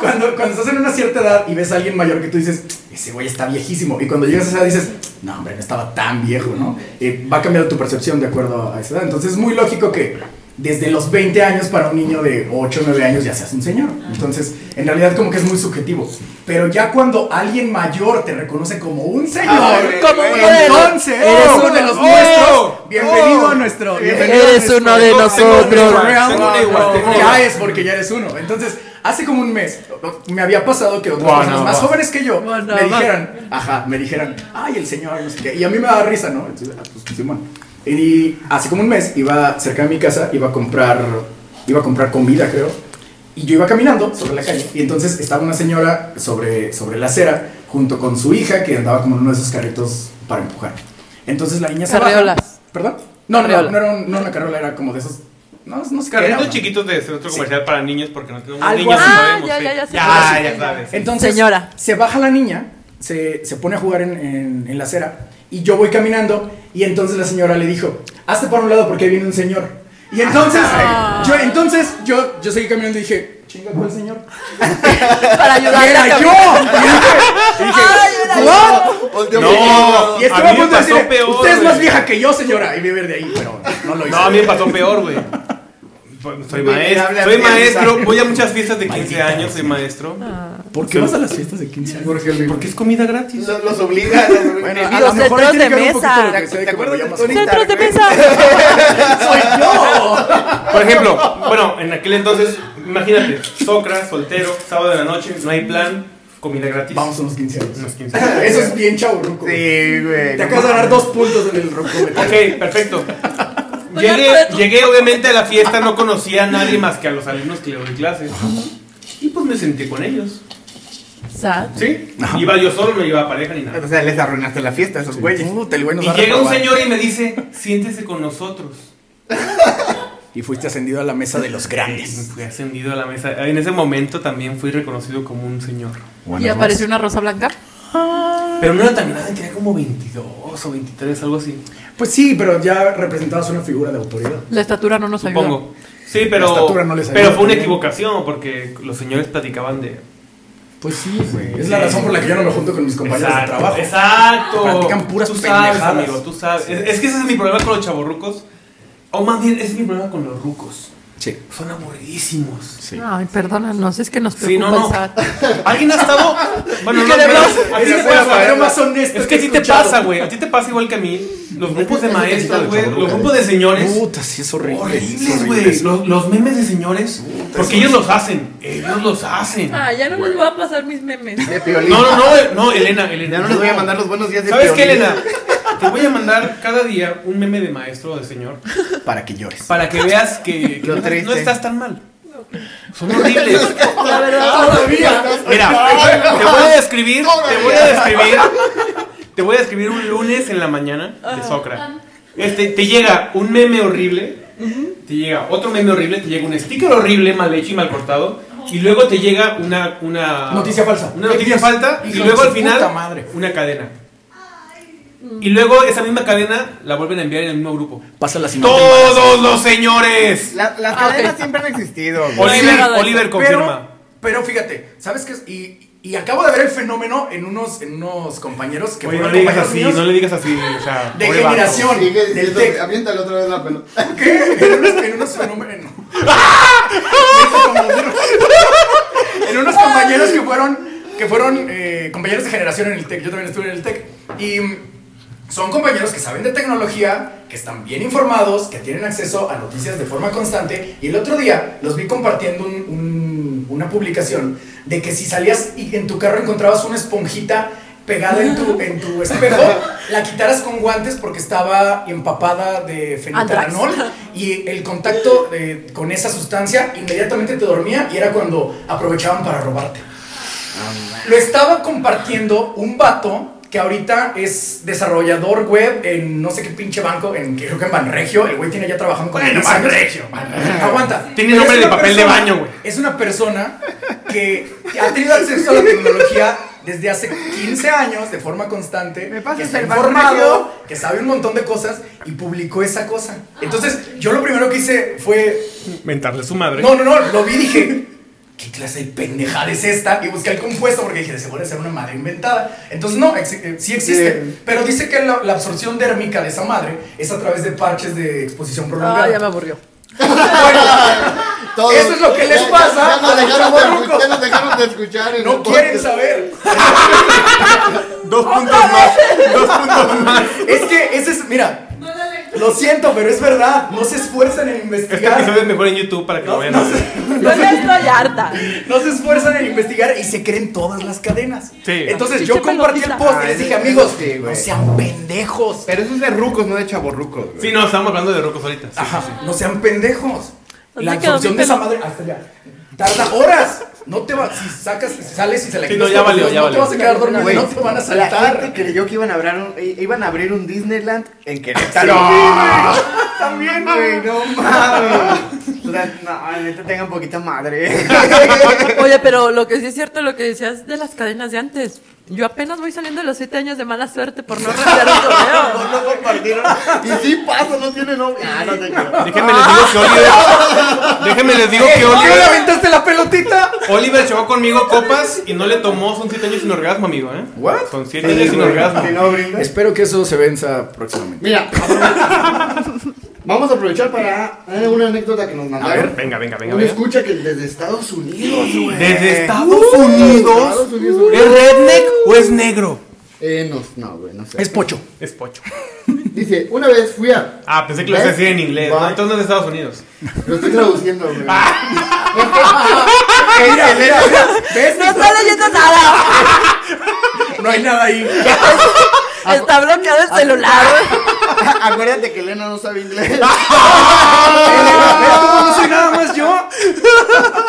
Cuando, cuando estás en una cierta edad y ves a alguien mayor que tú dices, ese güey está viejísimo. Y cuando llegas a esa edad dices, no, hombre, no estaba tan viejo, ¿no? Eh, va a cambiar tu percepción de acuerdo a esa edad. Entonces es muy lógico que desde los 20 años para un niño de 8 o 9 años ya seas un señor. Entonces, en realidad como que es muy subjetivo. Pero ya cuando alguien mayor te reconoce como un señor,
güey,
Como uno de los-
entonces,
eres
uno
uno-
de los
¡Oh!
nuestros, Eh, bienvenido a nuestro... bienvenido a
Eres
nuestro-
uno de
Tengo- tengo
nosotros.
otro round.
Tengo una igual, tengo una igual.
Ya es porque ya eres uno. Entonces, hace como un mes me había pasado que otras
Bueno,
personas más
va.
jóvenes que yo
Bueno,
me
va.
dijeran, ajá, me dijeran, ay, el señor, no sé qué. Y a mí me da risa, ¿no? Entonces, ah, pues, Simón. Y hace como un mes iba cerca de mi casa, iba a comprar, iba a comprar comida, creo. Y yo iba caminando sobre la calle. Y entonces estaba una señora sobre, sobre la acera junto con su hija que andaba como en uno de esos carritos para empujar. Entonces la niña se baja.
Carriolas.
¿Perdón? No, no, no,
Carriola.
no era un- no era una carriola, era como de esos. No, no sé qué era,
Carritos
¿no?
chiquitos de centro comercial para niños porque no tenemos
Algo
niños,
así.
no
Ah,
sabemos.
ya,
sí.
ya, ya sé cuál
ya,
es.
ya sabes.
Entonces,
Señora.
se baja la niña, se, se pone a jugar en, en- en la acera, y yo voy caminando, y entonces la señora le dijo, hazte para un lado porque ahí viene un señor. Y entonces,
Ah.
yo, entonces, yo, yo seguí caminando y dije, chinga, ¿cuál señor?
Para
¡Y
ayudarle a
era yo!
caminar.
Y dije- y dije, "¿What?"
No,
Y estaba
a
a
mí me
punto de
pasó
decirle,
peor.
usted es más
güey.
vieja que yo, señora, y beber de ahí, pero no lo hice.
No, a mí me pasó peor, güey. Soy- Soy
Güey, habla
maestro, soy
bien,
maestro,
sabe.
voy a muchas fiestas de 15 años, soy maestro.
¿Por qué vas a las fiestas de 15 años?
Porque el-
Porque es comida gratis.
Los, los obliga. los obliga.
Bueno,
Y
a lo
los
mejor ahí
centros
tiene
de
que ver un poquito
mesa.
lo que sé de
¿Te
que me
acuerdas de
llamas
Tony?
Centros de mesa.
¡Soy yo!
Por ejemplo, bueno, en aquel entonces, imagínate, Socra, soltero, sábado de la noche, no hay plan, comida gratis.
Vamos a unos 15
Unos
años.
15 años.
Eso es bien chavo, Ruco.
Sí, güey.
Te acabas de ganar dos puntos en el rocometro.
Ok, perfecto. Llegué, llegué obviamente a la fiesta, no conocía a nadie más que a los alumnos que le doy clases. Y pues me senté con ellos.
Sad.
¿Sí? Iba yo solo, no iba pareja ni
O
nada.
sea, les arruinaste la fiesta a esos güeyes.
Puta, el güey nos
Y
va a
llega un
reprobar.
señor y me dice, siéntese con nosotros.
Y fuiste ascendido a la mesa de los
Y me
grandes.
fui ascendido a la mesa. En ese momento también fui reconocido como un señor.
Y apareció una rosa blanca.
Pero no era tan grande, tenía como 22 o 23, algo así.
Pues sí, pero ya representabas una figura de autoridad.
La estatura no nos ayudó.
Supongo. Sí,
La
pero,
estatura no les ayuda
pero fue una
también.
equivocación porque los señores platicaban de...
Pues sí, güey. Es la razón por la que yo no me junto con mis compañeros de trabajo.
Exacto.
Practican puras
tú sabes,
pendejadas.
amigo, tú sabes. Es, es que ese es mi problema con los chavorrucos. O más bien, ese es mi problema con los rucos.
Sí.
Son aburridísimos.
Ay, perdónanos, es que nos preocupa
Sí, no, no.
el SAT.
¿Alguien ha estado? Bueno, no, pero a ti
Esa
te
fue la manera
pasa.
más honesta
Es que a
he
ti te
escuchado.
pasa, güey. A ti te pasa igual que a mí. Los grupos de
Es lo que te digo,
maestros, güey.
chavorruca,
Los
güey.
grupos de señores.
Puta, sí, es horrible.
Horribles,
es
güey.
horrible.
Los, los memes de señores. Porque ellos los hacen. Ellos los hacen.
Ah, ya no les voy a pasar mis memes.
De piolín.
No, no, no, no, Elena, Elena.
Ya no les voy a mandar los buenos días de
¿Sabes qué,
Piolín.
Elena? Te voy a mandar cada día un meme de maestro o de señor
Para que llores.
para que veas que, que
Lo
no,
triste.
no estás tan mal. Son horribles.
La verdad,
Todavía.
Mira, te voy a describir, te voy a describir, te voy a describir un lunes en la mañana de Socra. Este, te llega un meme horrible, te llega otro meme horrible, te llega un sticker horrible, mal hecho y mal cortado, y luego te llega una, una
Noticia falsa.
una noticia
Dios.
falta, y
Hijo de
luego
su
al final
puta madre.
una cadena. Y luego esa misma cadena la vuelven a enviar en el mismo grupo.
Pasa la siguiente.
Todos los señores.
La- las
Ah,
cadenas
ok.
siempre han existido. güey.
Oli-
Oliver,
Sí.
Oliver
Pero,
confirma.
pero fíjate, ¿sabes qué? es? Y, Y acabo de ver el fenómeno en unos, en unos compañeros que
Oye, no
fueron
le digas
compañeros
así,
míos
no le digas así. O sea,
de
pobre vato.
generación del tec.
Aviéntale otra vez la pelota.
¿Qué? En unos, en unos fenómenos. en unos compañeros que fueron, que fueron eh, compañeros de generación en el TEC. Yo también estuve en el TEC. Y mm, son compañeros que saben de tecnología, que están bien informados, que tienen acceso a noticias de forma constante. Y el otro día los vi compartiendo un- un- una publicación de que si salías y en tu carro encontrabas una esponjita pegada en tu, en tu espejo, la quitaras con guantes porque estaba empapada de fenilalanol y el contacto eh, con esa sustancia inmediatamente te dormía y era cuando aprovechaban para robarte. Lo estaba compartiendo un vato que ahorita es desarrollador web en no sé qué pinche banco, en creo que en Banregio, el güey tiene ya trabajando con
Bueno,
10 años.
Banregio,
Aguanta.
Tiene
Pero
nombre
es
de
una
papel de baño, güey.
Es una persona que ha tenido acceso a la tecnología desde hace 15 años de forma constante,
Me
que
pasas
está
el
informado,
Banregio.
que sabe un montón de cosas y publicó esa cosa. Entonces, yo lo primero que hice fue
Mentarle a su madre.
no, no, no, lo vi y dije, ¿qué clase de pendejada es esta? Y busqué el compuesto porque dije, de seguro es una madre inventada. Entonces, no, ex- eh, sí existe.
Bien.
Pero dice que la, la absorción dérmica de esa madre es a través de parches de exposición prolongada.
Ah, ya me aburrió.
Todo.
Eso es lo que les
Ya-
pasa
ya nos
a los
dejaron de
chavorrucos.
escu- Ya nos dejaron de escuchar. en
No
el
quieren
podcast.
saber.
Dos puntos más. Dos puntos más.
Es que ese es, mira, lo siento, pero es verdad. No se esfuerzan en
Este episodio
investigar.
es mejor en YouTube para que lo
No,
vean.
no se,
Yo ya estoy harta.
no se esfuerzan en investigar y se creen todas las cadenas.
Sí.
Entonces
Pinche
yo compartí el
pelotita.
post y les
Ay,
dije,
eso
amigos,
sí,
no
güey.
sean pendejos.
Pero eso es de rucos, no de chaborrucos. güey.
Sí, no, estamos hablando de rocos ahorita. sí.
Ajá, no sean pendejos.
¿Dónde
La
Pues quedó
absorción
mi
de esa
pelo?
madre hasta allá. Tarda horas. No te va, si sacas, si sales y se la
Sí,
quitas,
no, ya valió, ya
no
valió.
te vas a quedar dormido,
Güey,
no te van a
La gente
saltar.
creyó que iban a, abrir un, i- iban a abrir un Disneyland en Querétaro. También, güey, no mames. O sea, no, neta tengan poquita madre.
Oye, pero lo que sí es cierto, lo que decías de las cadenas de antes. Yo apenas voy saliendo de los siete años de mala suerte por no rendir un
No
torneo.
lo compartieron. Y sí pasa, no tiene nombre. Ah, no te creo.
Déjenme les digo que Oliver. Déjenme les digo que
¿Por qué le
Oliver.
aventaste la pelotita?
Oliver chocó conmigo copas y no le tomó. Son 7 años sin orgasmo, amigo, ¿eh?
What?
Son 7 años sin orgasmo.
Si no brindas.
Espero que eso se venza próximamente.
Mira, aprove- vamos a aprovechar para eh, una anécdota que nos mandaron.
Venga, venga, venga,
Uno
venga.
escucha que desde Estados Unidos, güey.
¿Desde Estados
Desde
Unidos?
Estados Unidos, güey.
¿Es
Eh.
redneck o es negro?
Eh, no, no, güey, no sé.
Es pocho.
Es pocho.
Dice, una vez fui a.
Ah, pensé que lo
¿Ves?
decía en inglés. ¿no?
Bye.
Entonces no es de Estados Unidos.
Lo estoy traduciendo, güey. Ah.
Mira, mira, mira. ¿Ves?
No está leyendo nada.
No hay nada ahí.
Está bloqueado
Ah,
el celular.
Acuérdate que Elena no sabe inglés.
No soy nada más yo.
ah.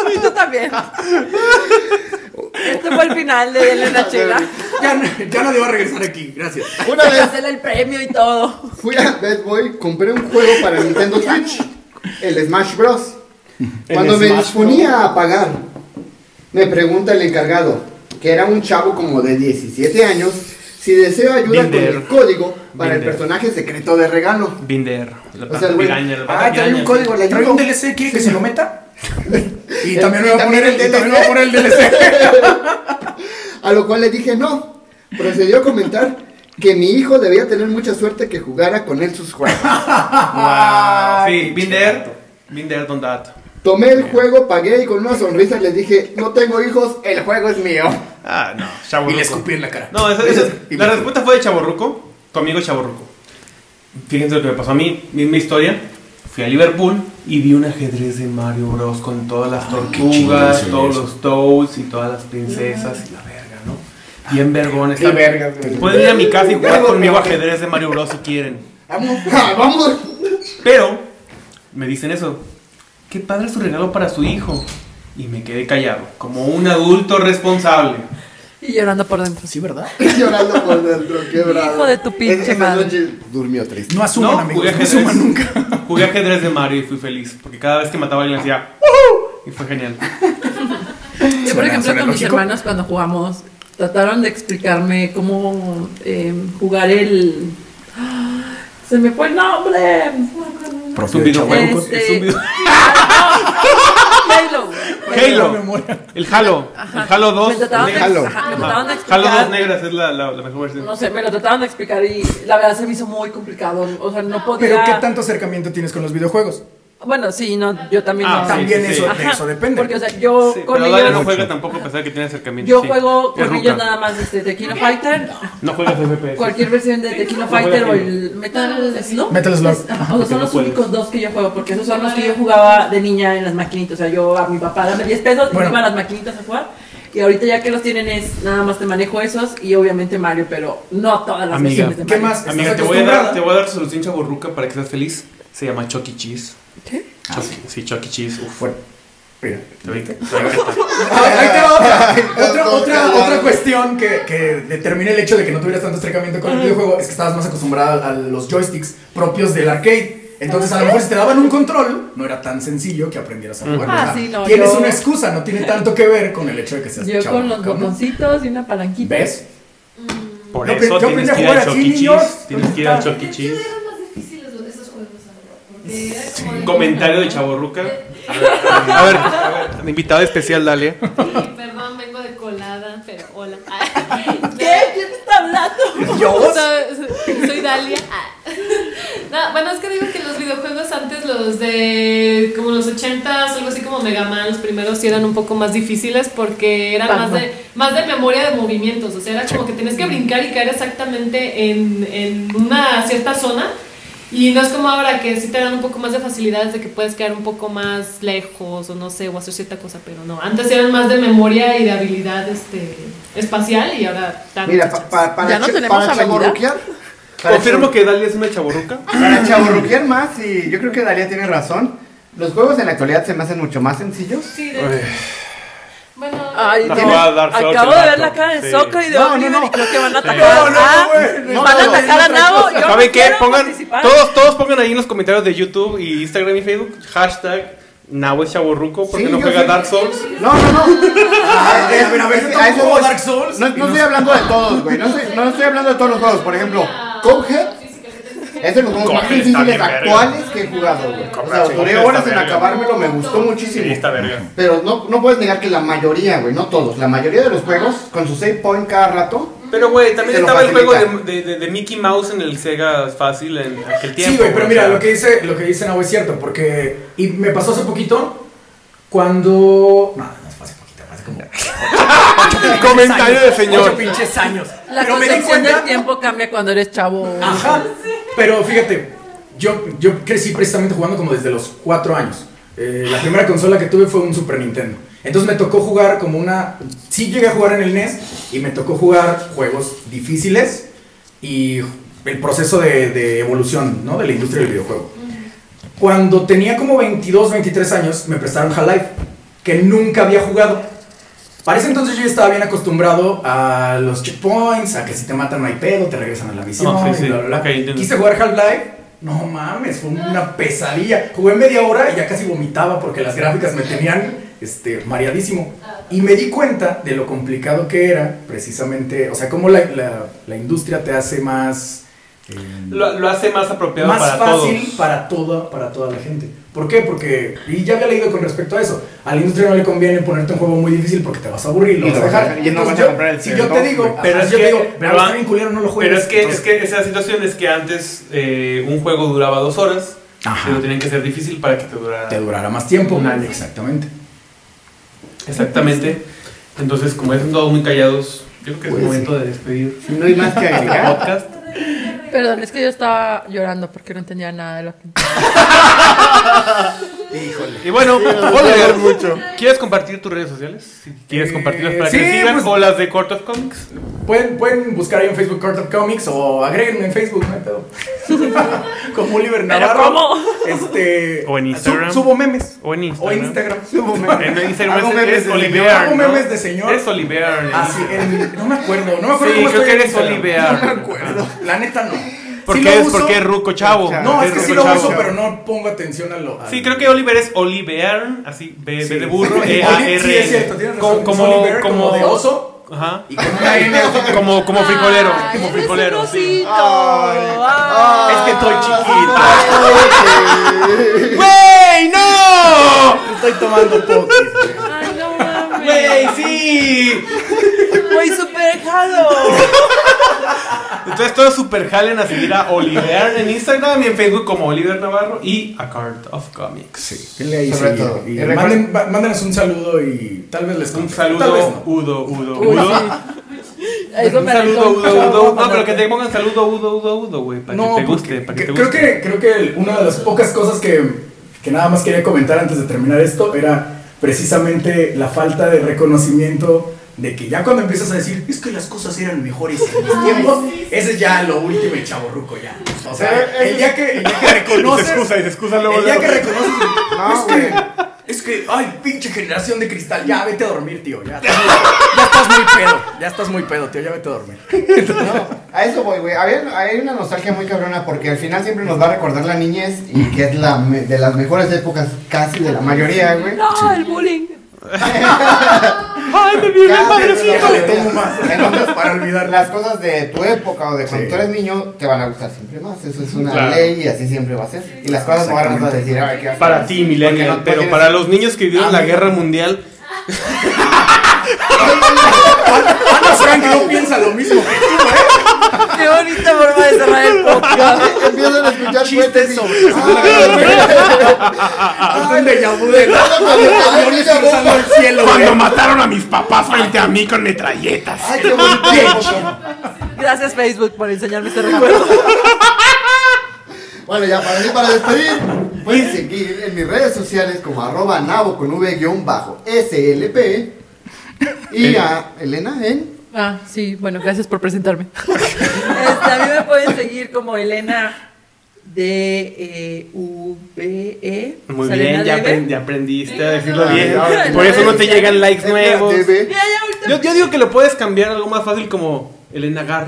Y tú también. Este fue el final de Elena Chela.
Ya, no- ya nadie va a regresar aquí. Gracias.
Una vez
Cancela el premio y todo.
fui a Bad Boy, compré un juego para Nintendo Switch, el Smash Bros. Cuando me disponía a pagar, me pregunta el encargado, que era un chavo como de 17 años, si deseo ayuda
Binder.
con el código para el
Binder.
personaje secreto de regalo.
Binder. La
O
planta
sea, el güey,
piraña. La planta
ah, trae un
piraña.
código, le
Trae un
ayudo.
DLC, ¿quiere que se lo meta? Y
El-
también me va a
también
poner el,
el
y también me va a poner el DLC.
A lo cual le dije no. Procedió a comentar que mi hijo debía tener mucha suerte que jugara con él sus juegos. Ah,
Wow. Ah, Sí, Binder. Binder, don that.
Tomé el juego, pagué y con una sonrisa le dije, no tengo hijos, eh". el juego es mío.
Ah, no. Chavo
Y le escupí en la cara.
No, esa, esa- la respuesta fue de Chaborruco, tu amigo Chaborruco. Fíjense lo que me pasó a mí, misma historia. Fui a Liverpool y vi un ajedrez de Mario Bros. con todas las tortugas, todos los toads y todas las princesas y la verga, ¿no? Bien vergón. está-
vergas, güey.
Pueden ir a mi casa y jugar
Vergo,
conmigo
vergo.
ajedrez de Mario Bros. si quieren.
Vamos, ah, vamos.
Pero me dicen eso. Qué padre su regalo para su hijo. Y me quedé callado, como un adulto responsable.
Y llorando por dentro.
Sí, ¿verdad?
Llorando por dentro, qué bravo.
Hijo de tu pinche
Esa
madre.
noche durmió triste.
No asuman,
no,
amigos.
jugué
No
ajedrez.
asuman nunca.
Jugué ajedrez de Mario y fui feliz. Porque cada vez que mataba a alguien hacía "Woohoo", Y fue genial.
Yo, por
Suena-
ejemplo,
suena
con mis
lógico.
hermanos cuando jugamos, trataron de explicarme cómo eh, jugar el... ¡Ah! Se me fue el nombre.
Este,
Es un videojuego.
Este-
Es un video-
Halo.
Halo.
memoria.
El Halo. El Halo 2.
Me trataban de,
negras.
Halo.
ajá, me
Ajá.
trataban
Halo 2
de explicar.
negras es la, la, la mejor versión.
No sé, me lo trataban de explicar y la verdad se me hizo muy complicado. O sea, no podía.
Pero ¿qué tanto acercamiento tienes con los videojuegos?
Bueno, sí, no, yo también
Ah,
no.
sí.
También eso, de
Ajá,
eso depende.
Porque, o sea, yo
Sí,
con
pero Dale no
ellos.
juega tampoco a pesar que tiene acercamiento.
Yo
sí.
juego
Es
con
ruca.
ellos nada más este, Tequila Fighter,
No juegas FPS.
cualquier versión de Tequila
juega
Fighter o
Halo.
el Metal Slug.
Metal Slug.
Es- ajá, O sea,
Porque
son
no
los
puedes.
únicos dos que yo juego, porque esos son los que yo jugaba de niña en las maquinitas. O sea, yo a mi papá dame 10 pesos y
Bueno.
iba a las maquinitas a jugar. Y ahorita ya que los tienen es nada más te manejo esos y obviamente Mario, pero no todas las
Amiga,
versiones de
¿Qué
Mario.
más? ¿Estás
Amiga, te voy, a
acostumbrada?
dar, te voy a dar solución chaburruca para que seas feliz. Se llama Chuck E. Cheese.
¿Qué?
Chuck- sí, Chuck E. Cheese. Uf,
Bueno, mira.
te doy- te doy-
Ah, Ahí te va otra. Otra,
Ay,
otra,
no,
otra
no.
cuestión que, que determina el hecho de que no tuvieras tanto acercamiento con el videojuego es que estabas más acostumbrada a los joysticks propios del arcade. Entonces, a lo mejor si te daban un control, no era tan sencillo que aprendieras a jugar.
Ah,
O sea,
sí, no,
tienes
yo-
una excusa, no tiene tanto que ver con el hecho de que seas
Yo
chavo,
con los
cabrón.
botoncitos y una palanquita.
¿Ves?
Por
Yo
eso
aprendí- yo aprendí
tienes
a
que ir
jugar
al
aquí
Chuck
en
E.
New York.
Cheese. Tienes que ir al Chuck E.
Pero
Cheese.
eran más difíciles los- esos juegos, ahora, porque era como de-
Comentario de chaburruca. A ver, a ver, invitada especial, Dalia.
Sí, Perdón, vengo de colada, pero hola.
¿Qué? ¿Quién está hablando?
¿Yo?
Soy, soy Dalia. Ah. No, bueno, es que digo que los videojuegos antes, los de como los 80s, algo así como Mega Man, los primeros sí eran un poco más difíciles porque eran más de, más de memoria de movimientos. O sea, era como que tenías que brincar y caer exactamente en, en una cierta zona. Y no es como ahora que sí te dan un poco más de facilidades de que puedes quedar un poco más lejos o no sé, o hacer cierta cosa, pero no. Antes eran más de memoria y de habilidad este, espacial y ahora dan
Mira,
muchas
pa- pa- para,
Ya no
cha-
tenemos
para
habilidad.
chavorruquear. para
Confirmo que Dalia es una chaburruca.
Para chaburruquear más, y yo creo que Dalia tiene razón. Los juegos en la actualidad se me hacen mucho más sencillos.
Sí, de hecho. Bueno,
Ay,
No,
tiene-
va a dar Souls
acabo
el
de ver
vato,
la cara de
sí.
Soccer y de
No, no,
Oliver
no.
y creo que van a atacar a... van a atacar a Nabo. Yo
¿Saben
no
qué?
quiero
Pongan,
participar.
todos, todos pongan ahí en los comentarios de YouTube y Instagram y Facebook hashtag Nahue Chaburruco porque
Sí,
no
yo
juega
sé.
Dark Souls.
No, no, no.
Ah,
Ah,
A ver, a ver, a ver,
Es-
¿tú
a eso
jugó
voy.
Dark Souls?
No, no estoy hablando de todos, güey. No estoy, no estoy hablando de todos los juegos. Por ejemplo, Cuphead es de los juegos más
Cuphead está
difíciles
bien verga.
actuales que he jugado, güey. O sea,
sí,
duré
Cuphead
horas
está
en
verga.
acabármelo, me gustó
Sí,
muchísimo.
esta verga.
Pero no, no puedes negar que la mayoría, güey, no todos, la mayoría de los juegos, con su save point cada rato,
Pero, güey, también
Te lo
estaba el juego
facilita.
de, de- de- de Mickey Mouse en el Sega fácil en aquel tiempo.
Sí, güey, pero
o
mira,
sea.
lo que dice, lo que dice Nabo es cierto, porque. Y me pasó hace poquito cuando. No, no fue hace poquito, fue hace como.
Comentario de
Ocho
señor.
pinches años.
La
pero me di
concepción
cuenta.
del tiempo cambia cuando eres chavo.
Ajá. Pero fíjate, yo, yo crecí precisamente jugando como desde los 4 años. Eh, la primera consola que tuve fue un Super Nintendo. Entonces me tocó jugar como una. Sí llegué a jugar en el NES y me tocó jugar juegos difíciles y el proceso de, de evolución ¿no? de la industria del videojuego. Cuando tenía como 22, 23 años, me prestaron Half-Life, que nunca había jugado. Para ese entonces yo ya estaba bien acostumbrado a los checkpoints, a que si te matan no hay pedo, te regresan a la misión,
Ah, sí, sí.
y bla, bla, bla.
Ok, entiendo.
Quise jugar Half-Life, no mames, fue una pesadilla. Jugué media hora y ya casi vomitaba porque las gráficas me tenían este, mareadísimo. Y me di cuenta de lo complicado que era, precisamente, o sea, cómo la, la- la industria te hace más... eh,
Lo, lo hace más apropiado
más
para
fácil
todos.
para toda para toda la gente. ¿Por qué? Porque y ya había leído con respecto a eso. A la industria no le conviene ponerte un juego muy difícil porque te vas a aburrir, lo
Y
vas a
lo vas a
dejar.
dejar, y no
Entonces,
vas a
yo-
comprar el
si yo te
CD-ROM,
digo,
güey.
Pero
pero
es
yo
que-
te digo,
pero
pero
va-
está bien culero, no lo juegues.
Pero es que, es
Entonces,
que esa situación es que antes eh, un juego duraba dos horas,
Ajá.
pero tenían que ser difícil para que te durara.
te durará más tiempo.
Un año.
Exactamente.
Exactamente. Entonces, como ya están todos muy callados, yo creo que es
Pues
el momento de despedir
no hay más que
el
agregar.
podcast.
Perdón, es que yo estaba llorando porque no entendía nada de lo que...
Y bueno, Oliver,
Olvidar mucho.
¿quieres compartir tus redes sociales? Si ¿Quieres
Eh,
compartirlas para
sí,
que sigan
pues-
o las de Court of Comics?
Pueden, pueden buscar ahí en Facebook Court of Comics o agréguenme en Facebook, no hay pedo. Como Oliver Navarro.
cómo?
Este,
O en Instagram.
sub- subo memes.
O en
O
Instagram.
en Instagram.
En Instagram
Hago
es-
memes
es
de
Oliver.
señor.
Hago
¿no?
memes de señor.
Es Oliver.
Ah, sí, en- no me acuerdo, no me
Sí,
acuerdo cómo
creo
estoy
que
en
eres
Instagram.
Oliver.
No me acuerdo, la neta no.
¿Por
Sí
qué
lo
es?
uso.
¿Por qué es Ruco Chavo?
No,
Porque
es que sí
ruco
lo
chavo.
uso, pero no pongo atención a lo. al-
Sí, creo que Oliver es Oliver, así, B, B de burro,
Sí,
E, A, R.
sí, es cierto, tienes razón.
Como, como,
es Oliver,
como,
como de oso
Ajá.
y con una N.
Como, como frijolero. como
Ay, eres un
frijolero, sí.
osito. Ay.
Es que estoy chiquito.
Ah.
¡Güey, no!
Estoy tomando poquis.
Ay,
¡Sí!
Güey, súper jalo.
Entonces todos super jalen a seguir a Oliver en Instagram y en Facebook como Oliver Navarro y A Card of Comics.
Sí, denle ahí
Sobre
seguir.
todo.
Y
Y recuerden-
manden- va- mándenos un saludo y tal vez les
Un
conteste, tal vez
saludo,
no.
Udo, Udo,
Uy,
Udo.
sí. Eso
Un
me alentó
saludo,
un
Udo,
chorro
Udo. No,
cuando-
pero que te pongan saludo, Udo, Udo, Udo, güey. Para
No,
que te
porque
guste, para que te
creo
guste.
que creo que el- una de las pocas cosas que, que nada más quería comentar antes de terminar esto era precisamente la falta de reconocimiento de que ya cuando empiezas a decir es que las cosas eran mejores en mis tiempos, ese es ya lo último y chaborruco ya. O
Eh,
sea, el día que, el día que reconoces,
y se excusa
el día que reconoces,
No,
es que,
güey.
es que, ay, pinche generación de cristal, ya vete a dormir, tío, ya, estás muy- ya estás muy pedo, ya estás muy pedo, tío, ya vete a dormir.
A eso voy, güey. Había- Hay una nostalgia muy cabrona porque al final siempre nos va a recordar la niñez y que es la me- de las mejores épocas, casi de la mayoría, güey.
No, el bullying.
¡Ay, me viene
Cada
padre!
vez nos
Déjale,
olvida.
tomo más.
Entonces,
Para olvidar.
Las cosas de tu época o de cuando
Sí.
tú eres niño te van a gustar siempre más. Eso es una
Claro.
ley y así siempre va a ser. Y las cosas modernas vas a decir, ay, qué asco.
Para ti,
Porque no-
Millennial,
no
pero
tienes- Ah,
para los niños que vivieron la guerra mundial,
Ana Ah, Frank no piensa lo mismo que tú, ¿eh?
Qué bonita forma de cerrar el podcast.
Empiezan a escuchar
Chistes
cuentos y-
sobre- Hasta el déjà vu de
Ah, cuando te
aviones
aviones
cruzando el cielo,
Cuando
güey.
mataron a mis papás frente a mí con metralletas.
Ay, qué bonito. época.
Gracias, Facebook, por enseñarme este recuerdo.
Bueno, ya para mí, para despedir, pueden seguir en mis redes sociales como arroba nabo con v guión bajo SLP
Eh.
y a Elena en...
Ah, sí, bueno, gracias por presentarme.
Este, a mí me pueden seguir como Elena D E U V E.
muy
Selena
bien, ya,
Debe.
aprend- ya aprendiste a decirlo
Ah,
bien.
ya,
Por
ya,
eso no te
ya.
llegan likes nuevos.
TV.
Mira, ya ahorita.
Yo, yo digo que lo puedes cambiar a algo más fácil como Elena Gar.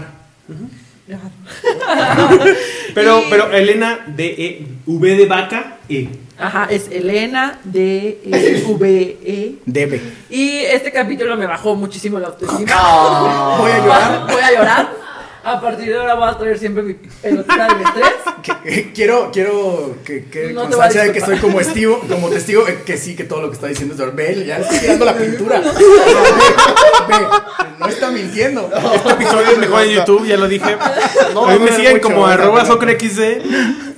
Pero,
Y-
pero Elena de E, V de vaca E.
Ajá, es Elena D E V E.
Debe.
Y este capítulo me bajó muchísimo la autoestima.
Ah.
Voy a llorar.
Voy a llorar. A partir de ahora voy a traer siempre mi pelotita de estrés.
Que- eh, Quiero, quiero que, que
No te
constancia
voy a
de que
disculpar.
soy como estivo, como testigo, eh, que sí, que todo lo que está diciendo es de Ve, ya le estoy tirando la pintura. Ve, no está mintiendo.
Este episodio es mejor en YouTube, ya lo dije.
No,
a mí
no
me
era
siguen
mucho,
como
era
arroba
mucho.
socrexd.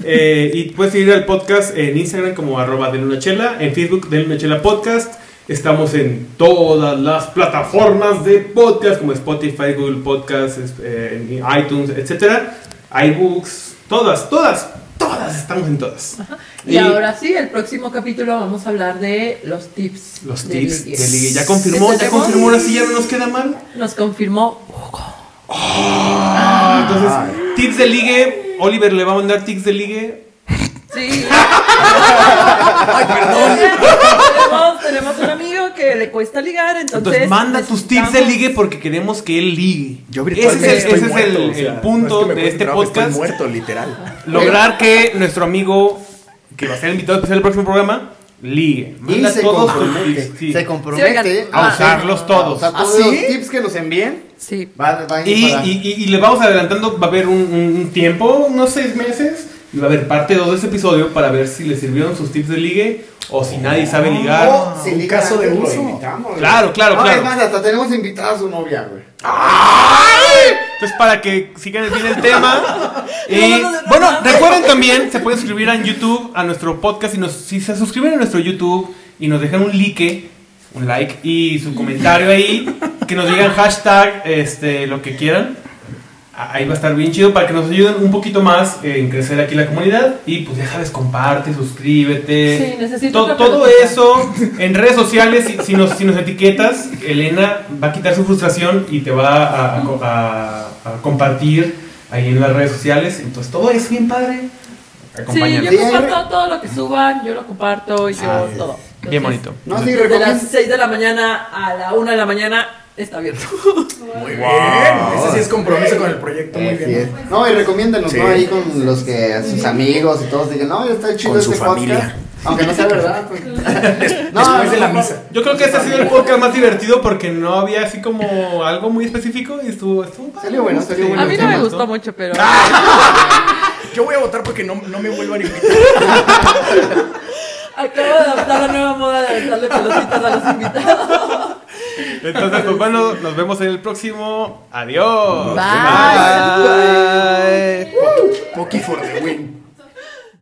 eh, y puedes seguir al podcast en Instagram como arroba denle una chela. En Facebook denle una chela podcast. Estamos en todas las plataformas de podcast como Spotify, Google Podcast, es- eh, en iTunes, etcétera. iBooks, todas, todas, todas, estamos en todas.
Y, ahora sí, el próximo capítulo vamos a hablar de los tips.
Los
de
tips
ligue.
de ligue. Ya confirmó, ya
Empecemos.
confirmó, ahora sí ya no nos queda mal.
Nos confirmó
Ah, entonces, tips de ligue. Oliver le va a mandar tips de ligue.
Sí. tenemos, tenemos un amigo que le cuesta ligar, entonces.
Entonces, manda tus tips de
necesitamos-
ligue porque queremos que él ligue.
Yo
ese es el,
virtualmente estoy
ese es
muerto,
el-
o sea,
el punto
no es que me
de
cueste
este
trabajo,
podcast.
Estoy muerto, literal.
Lograr que nuestro amigo, que va a ser el invitado especial del próximo programa, ligue.
Y
Manda
se
todos tus
compromete.
tips, sí.
Se
Sí,
compromete
oigan, ah,
a usarlos todos.
O sea, todos
¿Ah, sí?
los tips que nos envíen
Sí.
van, van
Y,
para-
y- y- y le vamos adelantando, va a haber un, un- un tiempo, unos seis meses, y va a haber parte 2 de este episodio para ver si le sirvieron sus tips de ligue o si nadie sabe ligar.
O si
un
ligan
caso de
antes, lo
uso.
invitamos, güey.
Claro, claro,
No,
claro.
Es más, hasta tenemos invitada a su novia, güey.
Entonces, para que sigan bien el tema. y,
No, no, no,
bueno,
no.
recuerden también, se pueden suscribir a YouTube, a nuestro podcast. Y nos, si se suscriben a nuestro YouTube y nos dejan un like, un like y su comentario ahí, que nos digan hashtag, este, lo que quieran. a- Ah, Ahí va a estar bien chido para que nos ayuden un poquito más eh, en crecer aquí la comunidad. Y pues ya sabes, comparte, suscríbete.
Sí, necesito
To-
otra
todo
pelotita.
eso en redes sociales, si, si nos, si nos etiquetas, Elena va a quitar su frustración y te va a, a co- a- a compartir ahí en las redes sociales. Entonces todo es bien padre.
Sí,
Acompáñanos.
yo comparto todo lo que suban, yo lo comparto y yo
Ah, es.
todo.
bien
Entonces,
bonito.
No, sí,
Desde
recomiendo.
las 6 de la mañana a la 1 de la mañana está abierto.
Muy bien. Ese sí es compromiso con el proyecto,
Eh,
muy
Así
bien.
es. No, y recomiéndanos,
Sí.
¿no? Ahí con los que, sus amigos y todos digan, no, está chido
Con su
este podcast.
familia.
Aunque no sea verdad. pues.
Después de la misa.
Yo creo que este ha sido el podcast más divertido porque no había así como algo muy específico y estuvo, estuvo padre.
Salió bueno, salió bueno.
A mí no me
Sí,
gustó mucho, pero.
¡Ah!
Yo voy a votar porque no, no me vuelvan a invitar.
Acabo de adaptar la nueva moda de darle pelotitas a los invitados.
Entonces, pues bueno, nos vemos en el próximo. Adiós.
Bye.
Bye.
Pocky for the win.